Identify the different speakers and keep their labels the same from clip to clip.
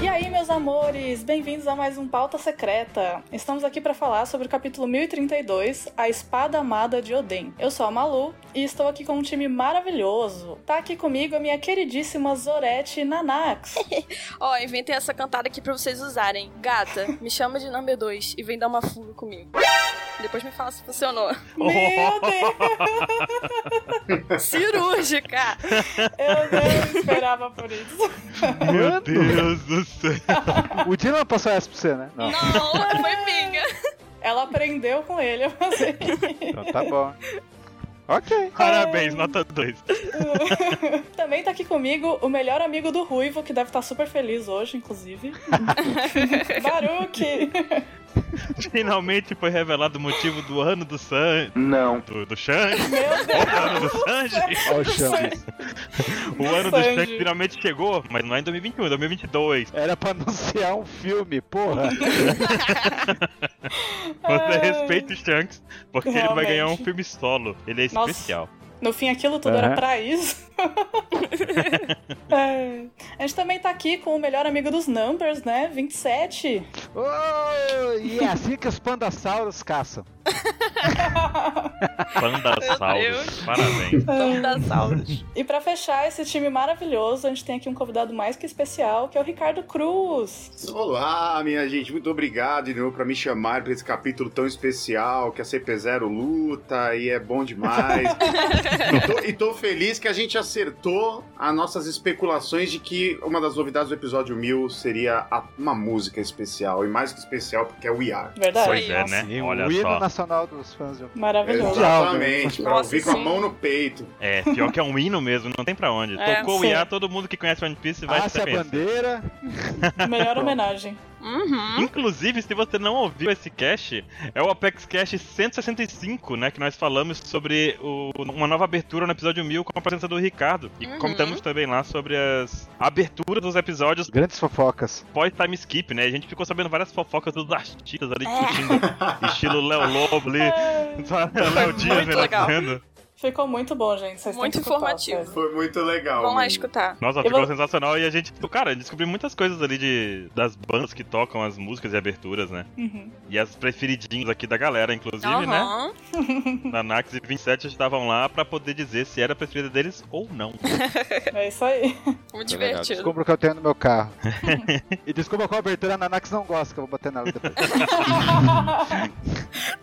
Speaker 1: E aí, meus amores, bem-vindos a mais um Pauta Secreta. Estamos aqui para falar sobre o capítulo 1032, A Espada Amada de Odin. Eu sou a Malu e estou aqui com um time maravilhoso. Tá aqui comigo a minha queridíssima Zorete Nanax.
Speaker 2: Ó, inventei essa cantada aqui pra vocês usarem. Gata, me chama de number 2 e vem dar uma fuga comigo. Depois me fala se funcionou.
Speaker 1: Meu Deus,
Speaker 2: Cirúrgica!
Speaker 1: eu não esperava por isso.
Speaker 3: Meu
Speaker 4: Meu
Speaker 3: Deus do céu.
Speaker 4: O Dylan passou essa pra você, né?
Speaker 2: Não, foi minha.
Speaker 1: Ela aprendeu com ele a fazer.
Speaker 4: Então tá bom. Ok.
Speaker 3: Parabéns, nota 2.
Speaker 1: Também tá aqui comigo o melhor amigo do Ruivo, que deve estar super feliz hoje, inclusive. Baruque!
Speaker 3: Finalmente foi revelado o motivo do ano do San...
Speaker 5: Não.
Speaker 3: Do, do Xande.
Speaker 1: Meu Deus!
Speaker 3: O ano do Sanji.
Speaker 4: Ó o Xande.
Speaker 3: O ano do
Speaker 1: Sanji.
Speaker 3: Xande finalmente chegou, mas não é em 2021, é 2022.
Speaker 4: Era pra anunciar um filme, porra.
Speaker 3: Você
Speaker 1: Ai.
Speaker 3: respeita o Shanks, porque ele vai
Speaker 1: Realmente.
Speaker 3: ganhar um filme solo. Ele é
Speaker 1: Nossa.
Speaker 3: especial.
Speaker 1: No fim, aquilo tudo era
Speaker 4: Aham.
Speaker 1: pra isso. É. A gente também tá aqui com o melhor amigo dos Numbers, né? 27.
Speaker 4: Oh, e é assim que os pandassauros caçam.
Speaker 3: Pandasaurus. Parabéns.
Speaker 2: Vamos dar salvas.
Speaker 1: E pra fechar esse time maravilhoso, a gente tem aqui um convidado mais que especial, que é o Ricardo Cruz.
Speaker 5: Olá, minha gente. Muito obrigado de novo pra me chamar pra esse capítulo tão especial que a CP0 luta e é bom demais. e, tô, e tô feliz que a gente acertou as nossas especulações de que uma das novidades do episódio 1000 seria a- uma música especial. E mais que especial, porque é We Are.
Speaker 1: Verdade?
Speaker 3: Pois é,
Speaker 2: Nossa,
Speaker 3: né?
Speaker 4: o
Speaker 3: Olha
Speaker 4: hino
Speaker 3: só.
Speaker 4: nacional dos fãs. de-
Speaker 1: Maravilhoso.
Speaker 4: Exato.
Speaker 5: Exatamente. Pra
Speaker 2: É Nossa,
Speaker 5: ouvir com a
Speaker 2: sim.
Speaker 5: mão no peito.
Speaker 3: É, pior que é um hino mesmo, não tem pra onde.
Speaker 2: É,
Speaker 3: Tocou o
Speaker 1: sim.
Speaker 3: IA, todo mundo que conhece One Piece vai
Speaker 4: Haste a
Speaker 3: saber.
Speaker 4: bandeira.
Speaker 1: Melhor homenagem.
Speaker 2: Uhum.
Speaker 3: Inclusive, se você não ouviu esse cast, é o Apex Cast 165, né? Que nós falamos sobre o- uma nova abertura no episódio 1000 com a presença do Ricardo. E
Speaker 2: Uhum.
Speaker 3: comentamos também lá sobre as aberturas dos episódios
Speaker 4: Grandes fofocas.
Speaker 3: pós-time skip, né? A gente ficou sabendo várias fofocas dos artistas ali
Speaker 2: É.
Speaker 3: discutindo, estilo Léo Lobo ali.
Speaker 1: É.
Speaker 3: sabe? Léo Dias né,
Speaker 2: muito legal.
Speaker 3: relatando.
Speaker 1: Ficou muito bom, gente. Vocês
Speaker 2: Muito
Speaker 1: têm que escutar,
Speaker 2: informativo.
Speaker 1: sério.
Speaker 5: Foi muito legal.
Speaker 2: Vamos lá
Speaker 5: menino.
Speaker 2: escutar.
Speaker 3: Nossa,
Speaker 1: Eu
Speaker 3: ficou
Speaker 1: vou-
Speaker 3: sensacional e a gente, tipo, cara, descobriu muitas coisas ali de das bandas que tocam as músicas e aberturas, né?
Speaker 1: Uhum.
Speaker 3: E as preferidinhas aqui da galera, inclusive, né?
Speaker 2: Aham.
Speaker 3: Na Nax e 27 estavam lá pra poder dizer se era a preferida deles ou não.
Speaker 1: É isso aí.
Speaker 2: Muito
Speaker 4: É legal.
Speaker 2: divertido.
Speaker 4: Descubra o que eu tenho no meu carro. e desculpa qual abertura a Nanax não gosta, que eu vou bater nela depois.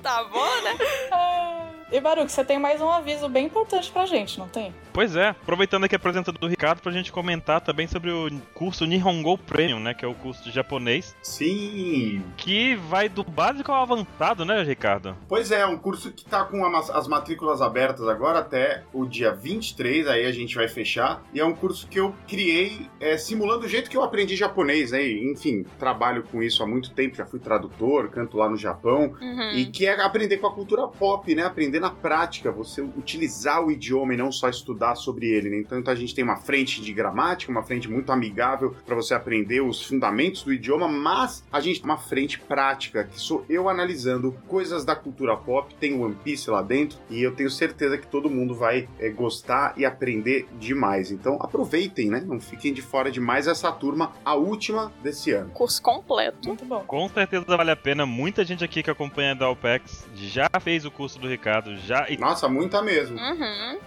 Speaker 2: Tá bom, né?
Speaker 1: e Baruque, você tem mais um aviso bem importante pra gente, não tem?
Speaker 3: Pois é, aproveitando aqui a presença do Ricardo pra gente comentar também sobre o curso Nihongo Premium, né, que é o curso de japonês,
Speaker 5: Sim.
Speaker 3: que vai do básico ao avançado, né, Ricardo?
Speaker 5: Pois é, um curso que tá com a ma- as matrículas abertas agora até o dia 23, aí a gente vai fechar. E é um curso que eu criei é, simulando o jeito que eu aprendi japonês, né? E, Enfim, trabalho com isso há muito tempo, já fui tradutor, canto lá no Japão.
Speaker 2: Uhum.
Speaker 5: E que é aprender com a cultura pop, né? Aprender na prática, você utilizar o idioma e não só estudar sobre ele, né? Então a gente tem uma frente de gramática, uma frente muito amigável para você aprender os fundamentos do idioma, mas a gente tem uma frente prática, que sou eu analisando coisas da cultura pop, tem One Piece lá dentro, e eu tenho certeza que todo mundo vai eh, gostar e aprender demais. Então aproveitem, né? Não fiquem de fora de mais essa turma, a última desse ano.
Speaker 2: Curso completo.
Speaker 1: Muito bom.
Speaker 3: Com certeza vale a pena, muita gente aqui que acompanha da Alpex já fez o curso do Ricardo, já e,
Speaker 5: Nossa, muita mesmo.
Speaker 2: Uhum.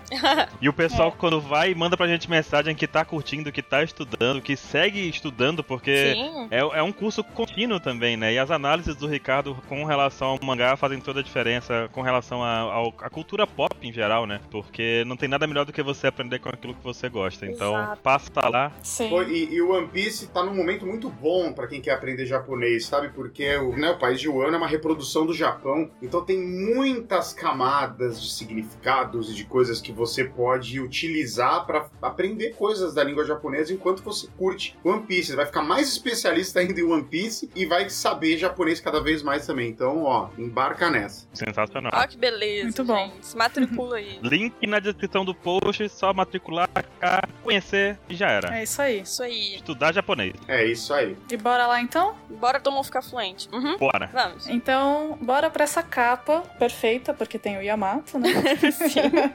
Speaker 3: e o pessoal
Speaker 1: É.
Speaker 3: quando vai manda pra gente mensagem que tá curtindo, que tá estudando, que segue estudando, porque
Speaker 2: Sim.
Speaker 3: É, é um curso contínuo também, né? E as análises do Ricardo com relação ao mangá fazem toda a diferença com relação à ao- à cultura pop em geral, né? Porque não tem nada melhor do que você aprender com aquilo que você gosta. Então,
Speaker 2: Exato.
Speaker 3: passa lá.
Speaker 1: Sim.
Speaker 5: Pô, e, e o One Piece tá num momento muito bom pra quem quer aprender japonês, sabe? Porque o, né, o país de Wano é uma reprodução do Japão, então tem muitas camadas de significados e de coisas que você pode utilizar pra aprender coisas da língua japonesa enquanto você curte One Piece. Você vai ficar mais especialista ainda em One Piece e vai saber japonês cada vez mais também. Então, ó, embarca nessa.
Speaker 3: Sensacional.
Speaker 2: Ó, que beleza.
Speaker 1: Muito bom.
Speaker 2: gente. Se matricula aí.
Speaker 3: Link na descrição do post, só matricular, cá, conhecer e já era.
Speaker 1: É isso aí.
Speaker 2: Isso aí.
Speaker 3: Estudar japonês.
Speaker 5: É isso aí.
Speaker 1: E bora lá então?
Speaker 2: Bora todo mundo ficar fluente. Uhum.
Speaker 3: Bora.
Speaker 2: Vamos.
Speaker 1: Então, bora pra essa capa perfeita, porque tem o o Yamato, né?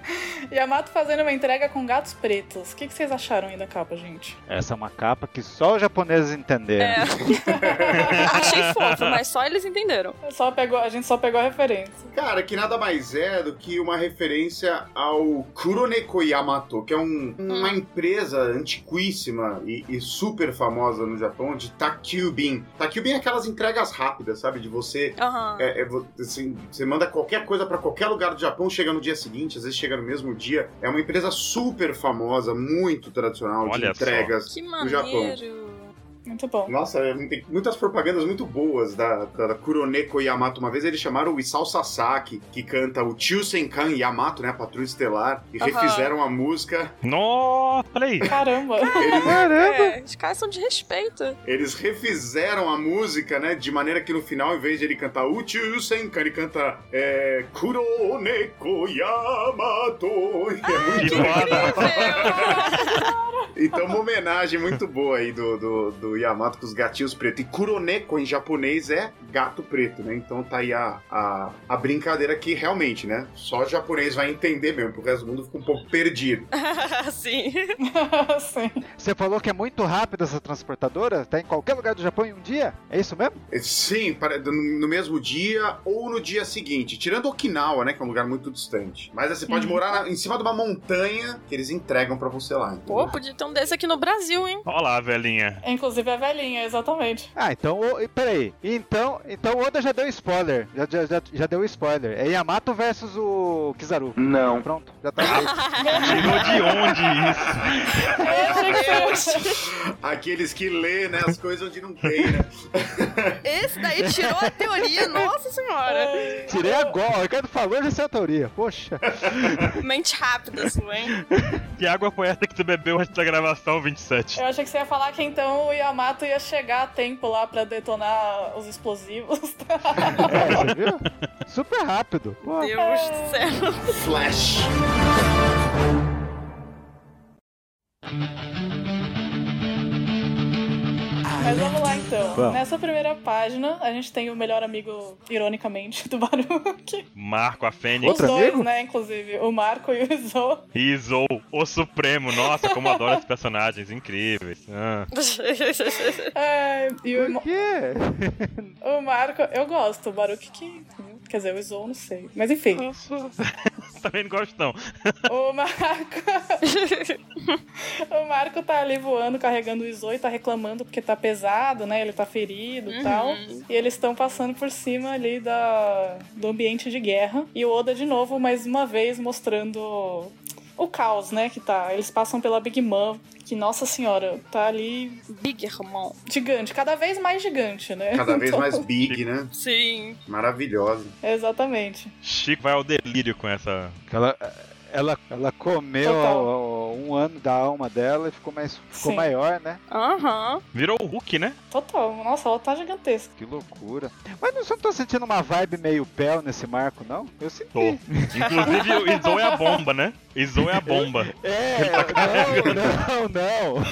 Speaker 1: Yamato fazendo uma entrega com gatos pretos. O que, que vocês acharam aí da capa, gente?
Speaker 4: Essa é uma capa que só os japoneses entenderam.
Speaker 2: É. Achei fofo, mas só eles entenderam.
Speaker 1: Só pegou, a gente só pegou a referência.
Speaker 5: Cara, que nada mais é do que uma referência ao Kuroneko Yamato, que é um- uma empresa antiquíssima e, e super famosa no Japão de Takubin. Takubin é aquelas entregas rápidas, sabe? De você.
Speaker 2: Aham.
Speaker 5: é- é vo- assim, você manda qualquer coisa pra qualquer lugar do Japão, chega no dia seguinte, às vezes chega no mesmo dia. É uma empresa super famosa, muito tradicional
Speaker 3: Olha
Speaker 5: de
Speaker 3: só.
Speaker 5: entregas
Speaker 2: Que
Speaker 5: do Japão.
Speaker 2: maneiro.
Speaker 1: Muito bom.
Speaker 5: Nossa, é, tem muitas propagandas muito boas da, da, da Kuroneko Yamato. Uma vez eles chamaram o Isao Sasaki, que canta o Chusenkan Yamato, né? Patrulha Estelar, e
Speaker 2: Aham.
Speaker 5: refizeram a música.
Speaker 3: Nossa, olha aí.
Speaker 1: Caramba!
Speaker 4: Caramba!
Speaker 2: É, os caras são de respeito.
Speaker 5: Eles refizeram a música, né? De maneira que no final, em vez de ele cantar o Chusenkan, ele canta é, Kuroneko Yamato. E é muito
Speaker 3: Que foda.
Speaker 2: Meu.
Speaker 5: Então, uma homenagem muito boa aí do, do, do Yamato com os gatinhos pretos. E Kuroneko em japonês é gato preto, né? Então tá aí a, a, a brincadeira que realmente, né? Só o japonês vai entender mesmo, porque o resto do mundo fica um pouco perdido.
Speaker 2: Sim.
Speaker 1: Sim.
Speaker 4: Você falou que é muito rápida essa transportadora? Tá em qualquer lugar do Japão em um dia? É isso mesmo?
Speaker 5: É, Sim, para- no no mesmo dia ou no dia seguinte. Tirando Okinawa, né? Que é um lugar muito distante. Mas assim, você pode morar na- em cima de uma montanha que eles entregam pra você lá. entendeu?
Speaker 2: Pô, podia ter um desse aqui no Brasil, hein?
Speaker 3: Olha lá, velhinha.
Speaker 1: Inclusive a velhinha, exatamente.
Speaker 4: Ah, então. o- e Peraí. Então, então o Oda já deu spoiler. Já, já, já, já deu spoiler. É Yamato versus o Kizaru. Não. Pronto, já tá feito.
Speaker 3: Tirou de onde isso?
Speaker 1: Eu achei que você...
Speaker 5: Aqueles que lê, né? As coisas onde não tem, né?
Speaker 2: Esse daí tirou a teoria, nossa senhora.
Speaker 4: Tirei agora. O Ricardo falou já saiu a teoria. Poxa.
Speaker 2: Mente rápida sua, hein?
Speaker 3: Que água foi essa que tu bebeu antes da gravação, 27?
Speaker 1: Eu achei que você ia falar que então o Yamato ia chegar a tempo lá pra detonar os explosivos.
Speaker 4: É, você viu? Super rápido. Pô.
Speaker 2: Deus do céu.
Speaker 5: Flash.
Speaker 1: Mas vamos lá então.
Speaker 4: Vamos.
Speaker 1: Nessa primeira página, a gente tem o melhor amigo, ironicamente, do Baruque.
Speaker 3: Marco, a Fênix.
Speaker 4: Outro
Speaker 1: Os dois,
Speaker 4: amigo?
Speaker 1: né? Inclusive, o Marco e o Izo.
Speaker 3: Izou, o Supremo. Nossa, como adoro esses personagens incríveis. Ah.
Speaker 1: É, e o,
Speaker 4: Por
Speaker 1: irmão-
Speaker 4: quê?
Speaker 1: o Marco, eu gosto, o Baruque que. Quer dizer, o Izo, não sei. Mas enfim,
Speaker 3: Também não gosto, não.
Speaker 1: o Marco. O Marco tá ali voando, carregando o Izo e tá reclamando porque tá pesado, né? Ele tá ferido e tal. E eles estão passando por cima ali da, do ambiente de guerra. E o Oda, de novo, mais uma vez, mostrando o caos, né? Que tá. Eles passam pela Big Mom, que, nossa senhora, tá ali
Speaker 2: Big irmão.
Speaker 1: gigante, cada vez mais gigante, né?
Speaker 5: Cada vez
Speaker 1: Então,
Speaker 5: mais big, né?
Speaker 2: Sim.
Speaker 5: Maravilhosa.
Speaker 1: Exatamente.
Speaker 3: Chico vai ao delírio com essa.
Speaker 4: Ela, ela, ela comeu
Speaker 1: Total.
Speaker 4: ó, um ano da alma dela e ficou, mais, ficou
Speaker 1: Sim.
Speaker 4: maior, né?
Speaker 2: Aham.
Speaker 3: Virou o Hulk, né?
Speaker 1: Total. Nossa, ela tá gigantesca.
Speaker 4: Que loucura. Mas não, você não tá sentindo uma vibe meio pé nesse marco, não? Eu senti.
Speaker 3: Tô. Inclusive, o Izou é a bomba, né? Izou é a bomba.
Speaker 4: É, não, não, não.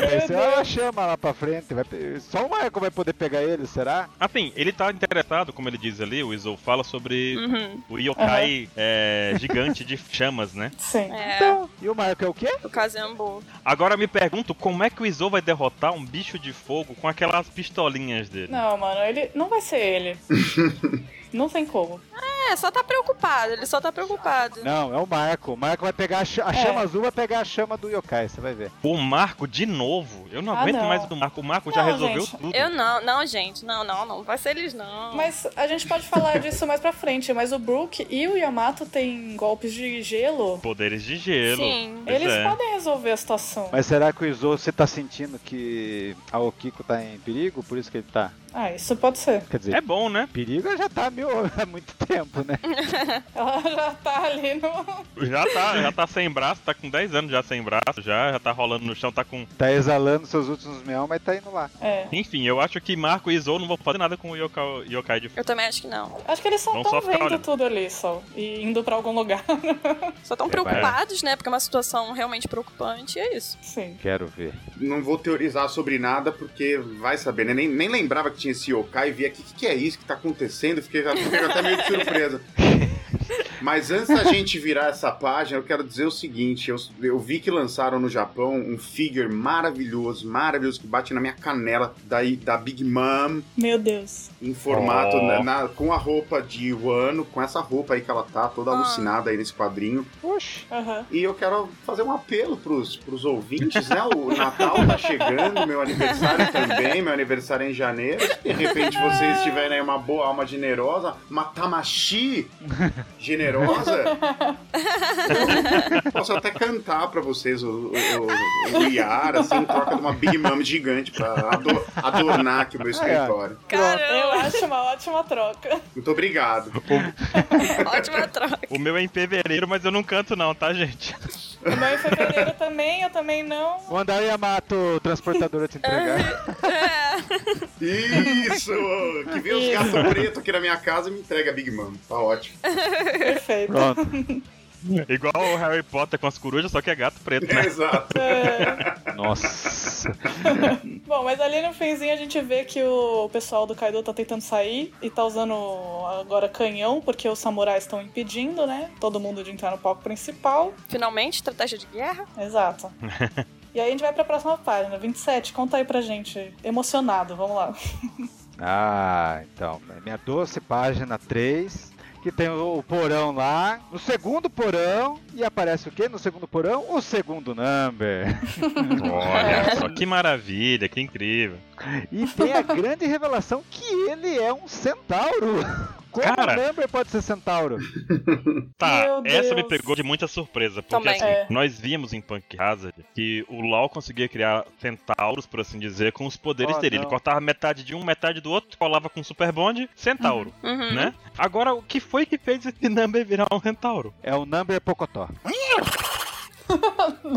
Speaker 4: Vai ser uma chama lá pra frente. vai pe- só o Marco vai poder pegar ele, será?
Speaker 3: Assim, ele tá interessado, como ele diz ali, o Izou fala sobre
Speaker 1: Hum.
Speaker 2: Uhum.
Speaker 3: o yokai é, gigante de chamas, né?
Speaker 1: Sim.
Speaker 2: É,
Speaker 4: Então. E o Marco é o quê?
Speaker 2: o Kazembo.
Speaker 3: Agora me pergunto como é que o Izou vai derrotar um bicho de fogo com aquelas pistolinhas dele.
Speaker 1: Não, mano, ele. Não vai ser ele. não tem como.
Speaker 2: É, só tá preocupado, ele só tá preocupado.
Speaker 4: Não, é o Marco. O Marco vai pegar a, cha- a
Speaker 1: É.
Speaker 4: chama azul, vai pegar a chama do Yokai, você vai ver.
Speaker 3: O Marco de novo. Eu não
Speaker 1: Ah,
Speaker 3: aguento
Speaker 1: não.
Speaker 3: mais o Marco. O Marco já
Speaker 1: Não,
Speaker 3: resolveu
Speaker 1: gente.
Speaker 3: tudo.
Speaker 2: Eu não, não, gente, não, não, não vai ser eles, não.
Speaker 1: Mas a gente pode falar disso mais pra frente, mas o Brook e o Yamato têm golpes de gelo.
Speaker 3: Poderes de gelo.
Speaker 2: Sim.
Speaker 3: Pois
Speaker 1: Eles
Speaker 3: é.
Speaker 1: podem resolver a situação.
Speaker 4: Mas será que o Izo, você tá sentindo que a Okiko tá em perigo? Por isso que ele tá.
Speaker 1: Ah, isso pode ser.
Speaker 4: Quer dizer,
Speaker 3: É bom, né?
Speaker 4: perigo ela já tá mil, há muito tempo, né?
Speaker 1: Ela já tá ali no.
Speaker 3: Já tá, já tá sem braço, tá com 10 anos já sem braço, já, já tá rolando no chão, tá com.
Speaker 4: Tá exalando seus últimos meão, mas tá indo lá.
Speaker 1: É.
Speaker 3: Enfim, eu acho que Marco e Izou não vão fazer nada com o yokai, yokai de fogo.
Speaker 2: Eu também acho que não.
Speaker 1: Acho que eles só
Speaker 3: Vão
Speaker 1: estão
Speaker 3: só ficar
Speaker 1: vendo
Speaker 3: olhando.
Speaker 1: tudo ali só. E indo pra algum lugar.
Speaker 2: Só tão preocupados, né? Porque é uma situação realmente preocupante e é isso.
Speaker 1: Sim.
Speaker 4: Quero ver.
Speaker 5: Não vou teorizar sobre nada, porque vai saber, né? Nem, nem lembrava que tinha esse yokai, vi aqui, o que, que é isso que tá acontecendo? Fiquei, fiquei até meio de surpresa. Mas antes da gente virar essa página, eu quero dizer o seguinte: eu, eu vi que lançaram no Japão um figure maravilhoso, maravilhoso, que bate na minha canela da, da Big Mom,
Speaker 1: Meu Deus.
Speaker 5: em formato,
Speaker 3: Oh.
Speaker 5: na- na- com a roupa de Wano, com essa roupa aí que ela tá, toda
Speaker 2: Ah.
Speaker 5: alucinada aí nesse quadrinho.
Speaker 4: Oxi.
Speaker 1: Aham.
Speaker 5: E eu quero fazer um apelo pros, pros ouvintes, né? O Natal tá chegando, meu aniversário também, meu aniversário é em janeiro. Se de repente vocês tiverem aí uma boa alma generosa, uma tamashi generosa, eu posso até cantar pra vocês o, o, o, o Iar, assim, em troca de uma Big Mom gigante pra ador- adornar aqui o meu escritório.
Speaker 1: Eu
Speaker 2: Caramba,
Speaker 1: acho É uma ótima troca.
Speaker 5: Muito obrigado.
Speaker 2: ótima troca.
Speaker 3: O meu é em fevereiro, mas eu não canto não, tá, gente?
Speaker 1: O meu em fevereiro também, eu também não.
Speaker 4: Vou andar Yamato, transportadora, te entregar.
Speaker 2: É.
Speaker 5: Isso! Que vem os
Speaker 1: Isso.
Speaker 5: gatos pretos aqui na minha casa e me entrega a Big Mom. Tá ótimo.
Speaker 1: Perfeito.
Speaker 4: Pronto.
Speaker 3: Igual o Harry Potter com as corujas, só que é gato preto, né?
Speaker 5: Exato.
Speaker 1: É.
Speaker 4: Nossa.
Speaker 1: Bom, mas ali no finzinho a gente vê que o pessoal do Kaido tá tentando sair e tá usando agora canhão, porque os samurais estão impedindo, né? Todo mundo de entrar no palco principal.
Speaker 2: Finalmente, estratégia de guerra.
Speaker 1: Exato. E aí a gente vai pra próxima página, 27. Conta aí pra gente. Emocionado, vamos lá.
Speaker 4: Ah, então. é Minha doce página 3. Que tem o o porão lá. No segundo porão. E aparece o quê? No segundo porão? O segundo number.
Speaker 3: Olha só, que maravilha, que incrível.
Speaker 4: E tem a grande revelação que ele é um centauro. Como
Speaker 3: Cara.
Speaker 4: o number pode ser centauro?
Speaker 3: Tá,
Speaker 1: Meu
Speaker 3: essa me
Speaker 1: Deus.
Speaker 3: pegou de muita surpresa, porque
Speaker 2: Também.
Speaker 3: assim,
Speaker 1: É.
Speaker 3: nós vimos em Punk Hazard que o LoL conseguia criar centauros, por assim dizer, com os poderes
Speaker 4: Oh,
Speaker 3: dele. Ele
Speaker 4: não.
Speaker 3: cortava metade de um, metade do outro, colava com super bonde, centauro,
Speaker 2: Uhum.
Speaker 3: né? Agora, o que foi que fez esse Number virar um centauro?
Speaker 4: É o number Pocotó.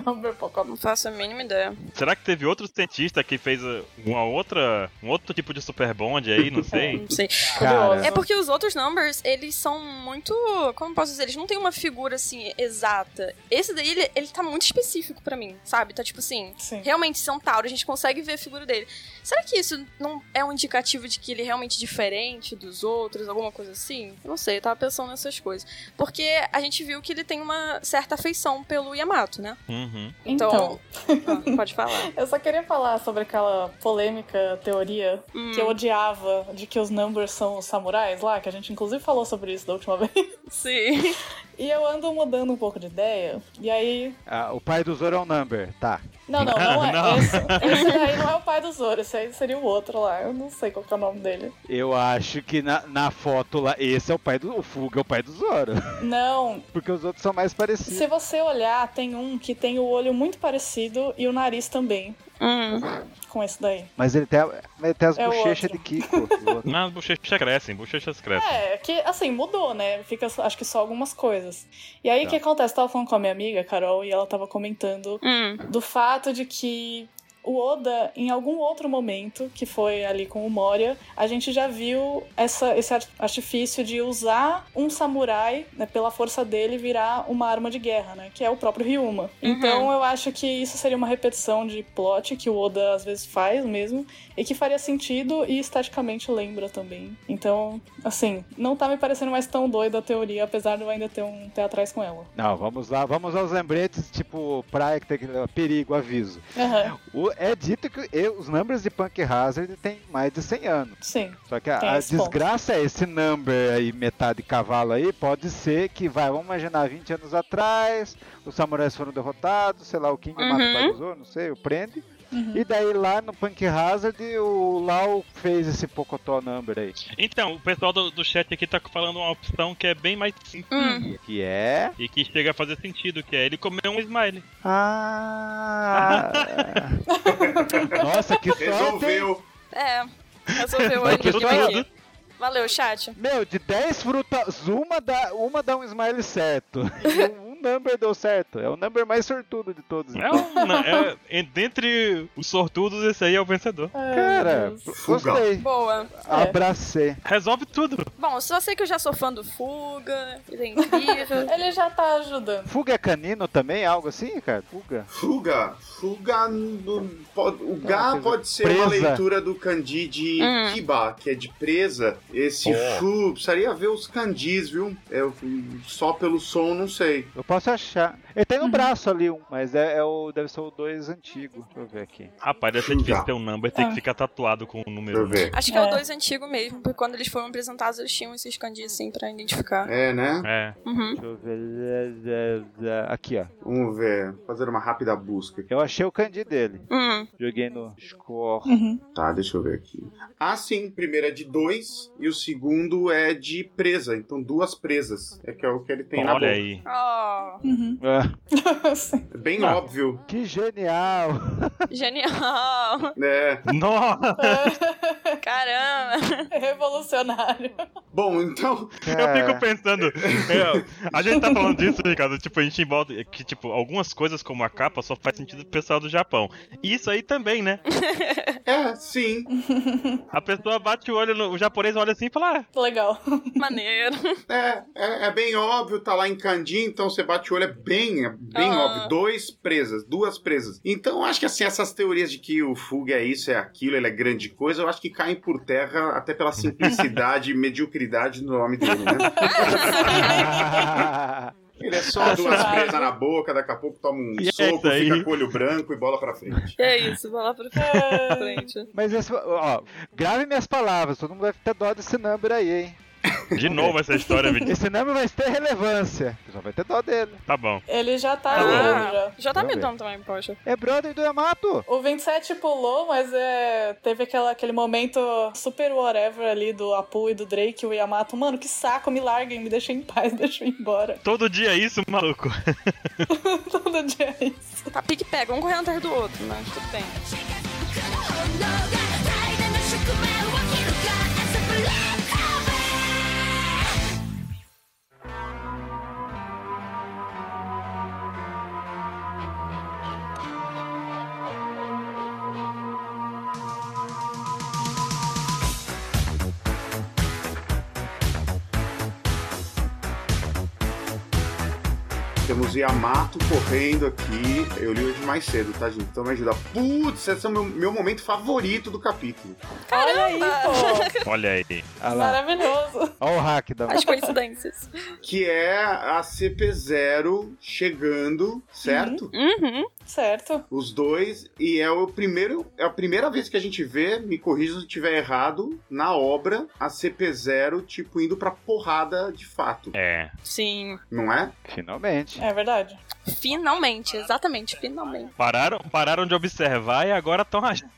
Speaker 1: Não, meu Pocotó.
Speaker 2: Não faço a mínima ideia.
Speaker 3: Será que teve outro cientista que fez uh, uma outra, um outro tipo de super bonde aí, não sei?
Speaker 2: Não sei.
Speaker 1: Curioso.
Speaker 2: É porque os outros numbers, eles são muito. Como posso dizer? Eles não têm uma figura assim exata. Esse daí, ele, ele tá muito específico pra mim, sabe? Tá tipo assim.
Speaker 1: Sim.
Speaker 2: Realmente centauro, a gente consegue ver a figura dele. Será que isso não é um indicativo de que ele é realmente diferente dos outros, alguma coisa assim? Eu não sei, eu tava pensando nessas coisas. Porque a gente viu que ele tem uma certa afeição pelo Yamato, né?
Speaker 1: É.
Speaker 3: Uhum.
Speaker 2: Então. Ah, pode falar.
Speaker 1: Eu só queria falar sobre aquela polêmica teoria
Speaker 2: Hum.
Speaker 1: que eu odiava de que os numbers são os samurais lá, que a gente inclusive falou sobre isso da última vez.
Speaker 2: Sim.
Speaker 1: E eu ando mudando um pouco de ideia. E aí.
Speaker 4: Ah, o pai do Zoro é um number, tá.
Speaker 1: Não, não, não é.
Speaker 3: Não.
Speaker 1: Esse, esse aí não é o pai do Zoro, esse aí seria o outro lá. Eu não sei qual que é o nome dele.
Speaker 4: Eu acho que na, na foto lá, esse é o pai do. O Fuga é o pai do Zoro.
Speaker 1: Não,
Speaker 4: Porque os outros são mais parecidos.
Speaker 1: se você olhar, tem um que tem o olho muito parecido e o nariz também
Speaker 2: Hum.
Speaker 1: com esse daí.
Speaker 4: Mas ele tem, a- ele tem as
Speaker 1: É o
Speaker 4: bochechas
Speaker 1: outro.
Speaker 4: de Kiko. o outro.
Speaker 3: Não, bochechas crescem, bochechas crescem.
Speaker 1: É, que assim, mudou, né? Fica, só- acho que só algumas coisas. E aí, o
Speaker 4: Tá.
Speaker 1: que acontece? Eu tava falando com a minha amiga, Carol, e ela tava comentando
Speaker 2: Hum.
Speaker 1: do fato de que o Oda, em algum outro momento, que foi ali com o Moria, a gente já viu essa, esse ar- artifício de usar um samurai, né, pela força dele, virar uma arma de guerra, né? Que é o próprio Ryuma. Então eu acho que isso seria uma repetição de plot que o Oda às vezes faz mesmo, e que faria sentido e esteticamente lembra também. Então, assim, não tá me parecendo mais tão doida a teoria, apesar de eu ainda ter um pé atrás com ela.
Speaker 4: Não, vamos lá, vamos aos lembretes, tipo, praia que tem que. Perigo, aviso.
Speaker 1: Aham,
Speaker 4: O- é dito que e- os numbers de Punk Hazard têm mais de 100 anos.
Speaker 1: sim.
Speaker 4: Só que a,
Speaker 1: Tem
Speaker 4: a
Speaker 1: esse ponto.
Speaker 4: desgraça é esse number aí, metade cavalo aí, pode ser que vai, vamos imaginar 20 anos atrás, os samurais foram derrotados, sei lá, o King mata
Speaker 2: Uhum.
Speaker 4: o pai do Zoro, não sei, o prende.
Speaker 1: Uhum.
Speaker 4: E daí lá no Punk Hazard o Lau fez esse Pocotó number aí.
Speaker 3: Então, o pessoal do, do chat aqui tá falando uma opção que é bem mais simples
Speaker 2: Hum.
Speaker 4: Que é.
Speaker 3: e que chega a fazer sentido, que é ele comer um smile.
Speaker 4: Ah! Nossa, que sorte! hein?
Speaker 5: Resolveu.
Speaker 2: É. Resolveu
Speaker 4: Mas que
Speaker 2: aqui.
Speaker 4: sorte.
Speaker 2: Valeu, chat.
Speaker 4: Meu, de 10 frutas, uma dá, uma dá um smile certo. E um number deu certo. É o number mais sortudo de todos.
Speaker 3: É um- não, é- é- dentre os sortudos, esse aí é o vencedor.
Speaker 1: Ai,
Speaker 4: Cara,
Speaker 1: Deus.
Speaker 5: Fugal.
Speaker 4: gostei.
Speaker 2: Boa.
Speaker 4: Abracei.
Speaker 3: Resolve tudo.
Speaker 2: Bom, eu só sei que eu já sou fã do Fuga, ele é incrível.
Speaker 1: Ele já tá ajudando.
Speaker 4: Fuga é canino também? Algo assim, cara? Fuga?
Speaker 5: Fuga. Fuga. no-
Speaker 3: É
Speaker 5: pode- o Gá
Speaker 4: quer dizer,
Speaker 5: pode ser
Speaker 4: presa.
Speaker 5: uma leitura do kanji de
Speaker 2: Hum.
Speaker 5: Kiba, que é de presa. Esse
Speaker 3: Oh.
Speaker 5: Fu. Precisaria ver os kanjis, viu? É, hum, só pelo som, não sei.
Speaker 4: Eu posso achar. Ele
Speaker 3: Uhum.
Speaker 4: tem no braço ali um, mas é, é o, deve ser o dois antigo. Deixa eu ver aqui.
Speaker 3: Rapaz, deve ser difícil
Speaker 5: Fugal.
Speaker 3: ter um number, tem
Speaker 1: Ah.
Speaker 3: que ficar tatuado com o
Speaker 5: Deixa
Speaker 3: número.
Speaker 5: eu
Speaker 3: né?
Speaker 5: ver.
Speaker 2: Acho que é,
Speaker 1: É.
Speaker 2: o dois antigo mesmo, porque quando eles foram apresentados eles tinham esses candis assim pra identificar.
Speaker 5: É, né?
Speaker 3: É.
Speaker 2: Uhum.
Speaker 4: Deixa eu ver. Aqui, ó.
Speaker 5: Vamos ver. Fazer uma rápida busca.
Speaker 4: Eu achei o candy dele.
Speaker 2: Hum.
Speaker 4: Joguei no score.
Speaker 1: Uhum.
Speaker 5: Tá, deixa eu ver aqui. Ah, sim. Primeiro é de dois e o segundo é de presa. Então, duas presas. É que é o que ele tem na boca.
Speaker 3: Olha aí.
Speaker 2: Oh,
Speaker 1: Uhum.
Speaker 4: Ah,
Speaker 1: Sim.
Speaker 5: É Bem
Speaker 3: Ah.
Speaker 5: óbvio.
Speaker 4: que genial!
Speaker 2: genial!
Speaker 5: É.
Speaker 3: Nossa!
Speaker 2: Caramba!
Speaker 1: É Revolucionário.
Speaker 5: Bom, então.
Speaker 3: Eu
Speaker 4: Cara,
Speaker 3: fico pensando, é, a gente tá falando disso, Ricardo, tipo, a gente envolve que, tipo, algumas coisas como a capa só faz sentido pro pessoal do Japão. E isso aí também, né?
Speaker 5: É, sim.
Speaker 3: A pessoa bate o olho, no, o japonês olha assim e fala, ah,
Speaker 1: Legal.
Speaker 2: Maneiro!
Speaker 5: É, é, é bem óbvio, tá lá em Candi, então você bate o olho, é bem, é bem
Speaker 2: Ah.
Speaker 5: óbvio. Dois presas, duas presas. Então, acho que assim, essas teorias de que o Fuga é isso, é aquilo, ele é grande coisa, eu acho que caem por terra até pela simplicidade e mediocridade do nome dele, né? Ele é só duas presas na boca, daqui a pouco toma um
Speaker 3: E é
Speaker 5: soco,
Speaker 3: isso aí.
Speaker 5: fica com o olho branco e bola pra frente.
Speaker 2: é isso, vou lá pra
Speaker 1: É,
Speaker 2: frente.
Speaker 4: Mas esse, ó, grave minhas palavras, todo mundo vai ter dó desse number aí, hein?
Speaker 3: "Ah, de novo essa história, Vitinho.
Speaker 4: Esse number vai ter relevância. O pessoal vai ter dó dele.
Speaker 3: Tá bom.
Speaker 1: Ele já tá
Speaker 2: Ah,
Speaker 1: ajudando já.
Speaker 2: já tá
Speaker 4: Vamos
Speaker 2: me
Speaker 4: ver.
Speaker 2: dando também, poxa.
Speaker 4: É brother do Yamato!
Speaker 1: O 27 pulou, mas é, teve aquela, aquele momento super whatever ali do Apu e do Drake e o Yamato. Mano, que saco, me larguem, me deixem em paz, deixa eu ir embora.
Speaker 3: Todo dia é isso, maluco.
Speaker 1: Todo dia é isso.
Speaker 2: Tá pique pega, um correndo atrás do outro, mas tudo bem.
Speaker 6: 「地下の炎が最大の宿命を切るか朝ブラックカフェ」
Speaker 5: Temos Yamato correndo aqui. Eu li hoje mais cedo, tá, gente? Então me ajuda. Putz, esse é o meu, meu momento favorito do capítulo.
Speaker 1: Olha aí, pô.
Speaker 3: Olha aí.
Speaker 4: Olha lá,
Speaker 1: Maravilhoso.
Speaker 4: olha o hack da.
Speaker 2: As coincidências.
Speaker 5: que é a CP0 chegando, certo?
Speaker 2: Uhum.
Speaker 1: Certo.
Speaker 5: Os dois, e é o primeiro, é a primeira vez que a gente vê, me corrija se eu estiver errado, na obra a CP0 tipo indo pra porrada de fato,
Speaker 3: É.
Speaker 2: Sim.
Speaker 5: não é?
Speaker 4: Finalmente.
Speaker 1: É verdade.
Speaker 2: Finalmente, exatamente, finalmente.
Speaker 3: Pararam, pararam de observar e agora estão agindo.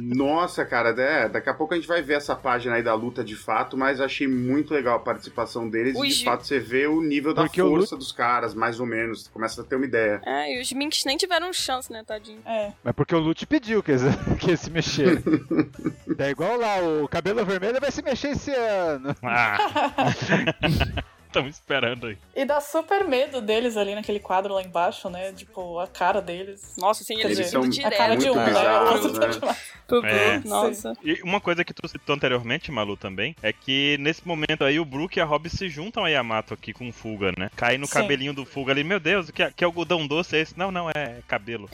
Speaker 5: Nossa, cara, é, daqui a pouco a gente vai ver essa página aí da luta de fato, mas achei muito legal a participação deles
Speaker 2: Ui,
Speaker 5: e de
Speaker 2: gente.
Speaker 5: fato você vê o nível da
Speaker 4: Porque o
Speaker 5: força dos caras, mais ou menos, começa a ter uma ideia.
Speaker 2: É, e os Minks nem tiveram chance, né, tadinho?
Speaker 1: É.
Speaker 4: Mas porque o Lute pediu que eles, que eles se mexeram. é igual lá, o cabelo vermelho vai se mexer esse ano.
Speaker 3: Ah. Estamos esperando aí.
Speaker 1: E dá super medo deles ali naquele quadro lá embaixo, né? Tipo, a cara deles.
Speaker 2: Nossa, assim, eles
Speaker 1: Eles
Speaker 5: são
Speaker 2: indo
Speaker 1: A
Speaker 2: direto.
Speaker 1: cara de um,
Speaker 5: muito
Speaker 1: né? O
Speaker 5: bizarro,
Speaker 1: outro tá de lá.
Speaker 2: Pro- pro-
Speaker 3: É.
Speaker 2: Nossa.
Speaker 3: E uma coisa que tu citou anteriormente, Malu, também, é que nesse momento aí o Brook e a Rob se juntam a Yamato aqui com o Fuga, né? Cai no
Speaker 1: Sim.
Speaker 3: cabelinho do Fuga ali, meu Deus, que, que algodão doce é esse? Não, não, é cabelo.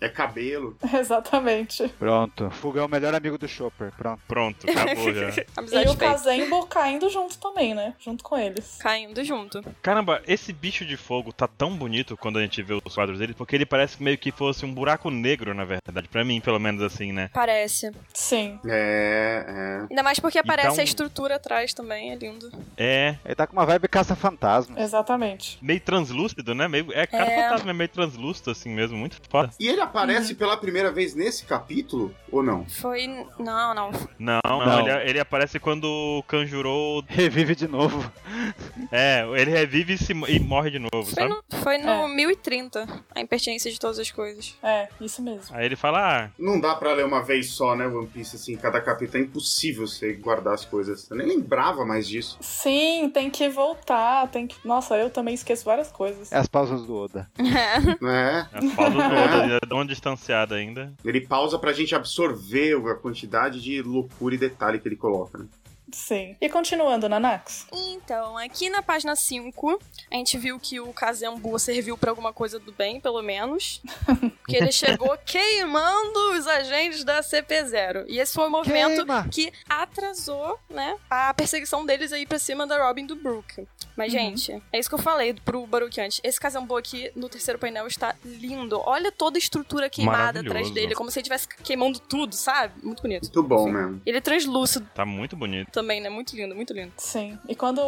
Speaker 5: É cabelo.
Speaker 1: Exatamente.
Speaker 4: Pronto. Fuga é o melhor amigo do Chopper. Pronto.
Speaker 3: Pronto, acabou já.
Speaker 1: E
Speaker 2: Amizade
Speaker 1: o
Speaker 2: feita.
Speaker 1: Kazembo caindo junto também, né? Junto com eles.
Speaker 2: Caindo junto.
Speaker 3: Caramba, esse bicho de fogo tá tão bonito quando a gente vê os quadros dele, porque ele parece meio que fosse um buraco negro, na verdade. Pra mim, pelo menos assim, né?
Speaker 2: Parece.
Speaker 1: Sim.
Speaker 5: É, é.
Speaker 2: Ainda mais porque
Speaker 3: Então-
Speaker 2: aparece a estrutura atrás também, é lindo.
Speaker 3: É.
Speaker 4: Ele tá com uma vibe caça-fantasma.
Speaker 1: Exatamente.
Speaker 3: Meio translúcido, né? Meio, é cara
Speaker 2: É.
Speaker 3: fantasma, é meio translúcido, assim mesmo, muito foda.
Speaker 5: E ele aparece pela primeira vez nesse capítulo ou não?
Speaker 2: Foi. Não, não.
Speaker 3: Não, não,
Speaker 4: Não.
Speaker 3: Ele, ele aparece quando o Kanjuro
Speaker 4: Revive de novo.
Speaker 3: É, ele revive e, se- e morre de novo,
Speaker 2: Foi
Speaker 3: sabe?
Speaker 2: no, foi no
Speaker 1: É.
Speaker 2: 1030, a impertinência de todas as coisas.
Speaker 1: É, isso mesmo.
Speaker 3: Aí ele fala, ah,
Speaker 5: Não dá pra ler uma vez só, né, One Piece, assim, cada capítulo é impossível você guardar as coisas. Eu nem lembrava mais disso.
Speaker 1: Sim, tem que voltar, tem que. Nossa, eu também esqueço várias coisas.
Speaker 4: É as pausas do Oda.
Speaker 5: É,
Speaker 3: as pausas todas, já dão uma distanciada ainda.
Speaker 5: ele pausa pra gente absorver a quantidade de loucura e detalhe que ele coloca, né?
Speaker 1: Sim. E continuando, Nanax.
Speaker 2: Então, aqui na página 5, a gente viu que o Kazembu serviu pra alguma coisa do bem, pelo menos. Porque ele chegou queimando os agentes da CP0. E esse foi o movimento
Speaker 4: Queima!
Speaker 2: que atrasou, né, a perseguição deles aí pra cima da Robin do Brook. Mas,
Speaker 1: Uhum.
Speaker 2: gente, é isso que eu falei pro Baruch antes. Esse Kazembu aqui no terceiro painel está lindo. Olha toda a estrutura queimada atrás
Speaker 3: Maravilhoso.
Speaker 2: dele, como se ele estivesse queimando tudo, sabe? Muito bonito.
Speaker 5: Muito bom mesmo.
Speaker 2: Ele é translúcido
Speaker 3: Tá muito bonito.
Speaker 2: também, né? Muito lindo, muito lindo.
Speaker 1: Sim. E quando.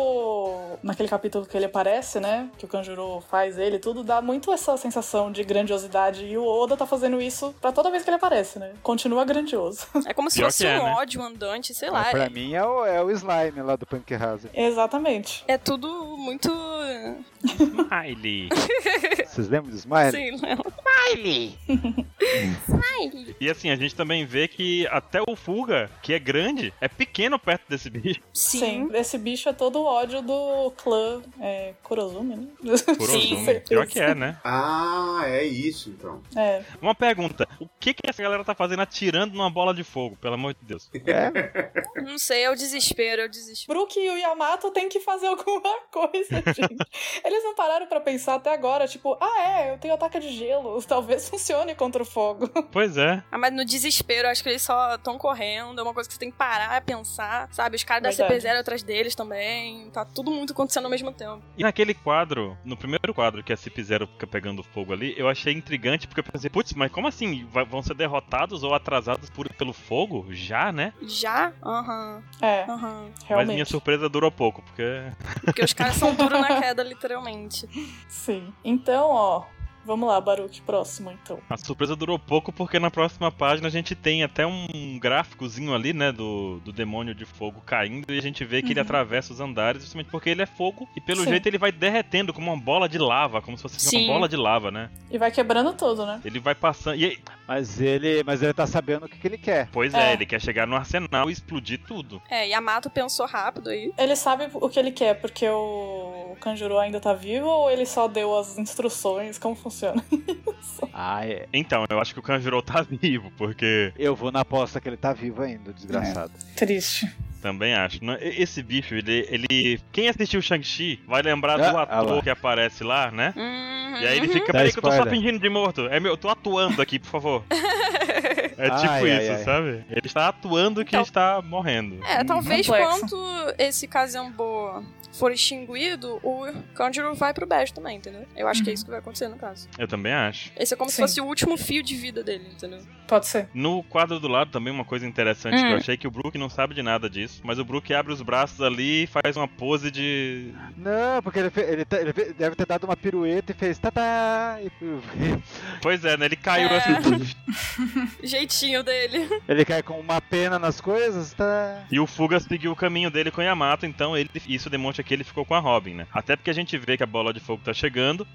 Speaker 1: Naquele capítulo que ele aparece, né? Que o Kanjuro faz ele, tudo dá muito essa sensação de grandiosidade. E o Oda tá fazendo isso pra toda vez que ele aparece, né? Continua grandioso.
Speaker 2: É como se
Speaker 3: Pior
Speaker 2: fosse
Speaker 3: que é,
Speaker 2: um
Speaker 3: né?
Speaker 2: ódio andante, sei lá.
Speaker 4: pra
Speaker 2: É,
Speaker 4: mim é o, é o slime lá do Punk Hazard.
Speaker 1: Exatamente.
Speaker 2: é tudo muito.
Speaker 3: Miley.
Speaker 4: Vocês lembram do Smile?
Speaker 2: Sei lá. Smiley!
Speaker 3: E assim, a gente também vê que até o Fuga, que é grande, é pequeno perto desse bicho.
Speaker 2: Sim.
Speaker 1: Esse bicho é todo o ódio do clã é, Kurozumi, né?
Speaker 3: Kurozumi.
Speaker 1: certeza.
Speaker 3: Pior que é, né?
Speaker 5: Ah, é isso então.
Speaker 1: É.
Speaker 3: Uma pergunta: o que que essa galera tá fazendo atirando numa bola de fogo, pelo amor de Deus?
Speaker 4: É,
Speaker 2: Não sei, é o desespero, é o desespero.
Speaker 1: Brook e o Yamato têm que fazer alguma coisa, gente. Eles não pararam pra pensar até agora, tipo, ah é, eu tenho ataque de gelo, talvez funcione contra o fogo.
Speaker 3: Pois é.
Speaker 2: Ah, mas no desespero, acho que eles só estão correndo, é uma coisa que você tem que parar, pensar, sabe? Os caras da
Speaker 1: Verdade.
Speaker 2: CP0 atrás deles também, tá tudo muito acontecendo ao mesmo tempo.
Speaker 3: E naquele quadro, no primeiro quadro que a Cip Zero fica pegando fogo ali, eu achei intrigante porque eu pensei, putz, mas como assim? Va- Vão ser derrotados ou atrasados por- pelo fogo? Já, né?
Speaker 2: Já? Aham,
Speaker 1: É,
Speaker 2: aham.
Speaker 3: Mas minha
Speaker 1: realmente.
Speaker 3: surpresa durou pouco, porque.
Speaker 2: Porque os caras são duros na queda, literalmente.
Speaker 1: Sim. Então, ó, vamos lá, Baruque, próximo então.
Speaker 3: A surpresa durou pouco porque na próxima página a gente tem até um gráficozinho ali, né, do, do demônio de fogo caindo e a gente vê que ele atravessa os andares justamente porque ele é fogo e pelo
Speaker 1: Sim.
Speaker 3: jeito ele vai derretendo como uma bola de lava, como se fosse
Speaker 2: Sim.
Speaker 3: uma bola de lava, né?
Speaker 1: E vai quebrando tudo, né?
Speaker 3: Ele vai passando. E,
Speaker 4: mas ele, mas ele tá sabendo o que, que ele quer.
Speaker 3: pois é,
Speaker 1: É.
Speaker 3: ele quer chegar no arsenal e explodir tudo.
Speaker 2: É, Yamato pensou rápido aí.
Speaker 1: Ele sabe o que ele quer, porque o Kanjuro ainda tá vivo ou ele só deu as instruções? Como funciona?
Speaker 4: Ah, é.
Speaker 3: Então, eu acho que o Kanjuro tá vivo, porque
Speaker 4: Eu vou na aposta que ele tá vivo ainda, desgraçado.
Speaker 1: É. Triste.
Speaker 3: também acho. né, e- Esse bicho, ele. ele... Quem assistiu Shang-Chi vai lembrar
Speaker 4: Ah,
Speaker 3: do
Speaker 4: ah
Speaker 3: ator
Speaker 4: lá.
Speaker 3: que aparece lá, né?
Speaker 2: Hum,
Speaker 3: E aí ele fica,
Speaker 4: Dá
Speaker 3: peraí que eu tô só
Speaker 4: spoiler.
Speaker 3: fingindo de morto. É meu, eu tô atuando aqui, por favor. É
Speaker 4: Ai,
Speaker 3: tipo
Speaker 4: ai,
Speaker 3: isso,
Speaker 4: ai.
Speaker 3: sabe? Ele está atuando que
Speaker 2: Então-
Speaker 3: está morrendo.
Speaker 2: É, talvez
Speaker 1: Hum, Complexo.
Speaker 2: quando esse Kazembo for extinguido, o Kanjuro vai pro beijo também, entendeu? Eu acho que é isso que vai acontecer no caso.
Speaker 3: Eu também acho.
Speaker 2: Esse é como se
Speaker 1: Uhum. Sim.
Speaker 2: fosse o último fio de vida dele, entendeu?
Speaker 1: Pode ser.
Speaker 3: No quadro do lado também uma coisa interessante que
Speaker 2: Hum.
Speaker 3: eu achei é que o Brook não sabe de nada disso, mas o Brook abre os braços ali e faz uma pose de
Speaker 4: Não, porque ele, fe- ele, tá- ele fe- deve ter dado uma pirueta e fez tatá. E,
Speaker 3: Pois é, né? Ele caiu
Speaker 2: É.
Speaker 3: assim.
Speaker 2: Jeitinho dele.
Speaker 4: ele cai com uma pena nas coisas, tá?
Speaker 3: E o Fuga seguiu o caminho dele com o Yamato, então ele isso demonstra que ele ficou com a Robin, né? Até porque a gente vê que a bola de fogo tá chegando.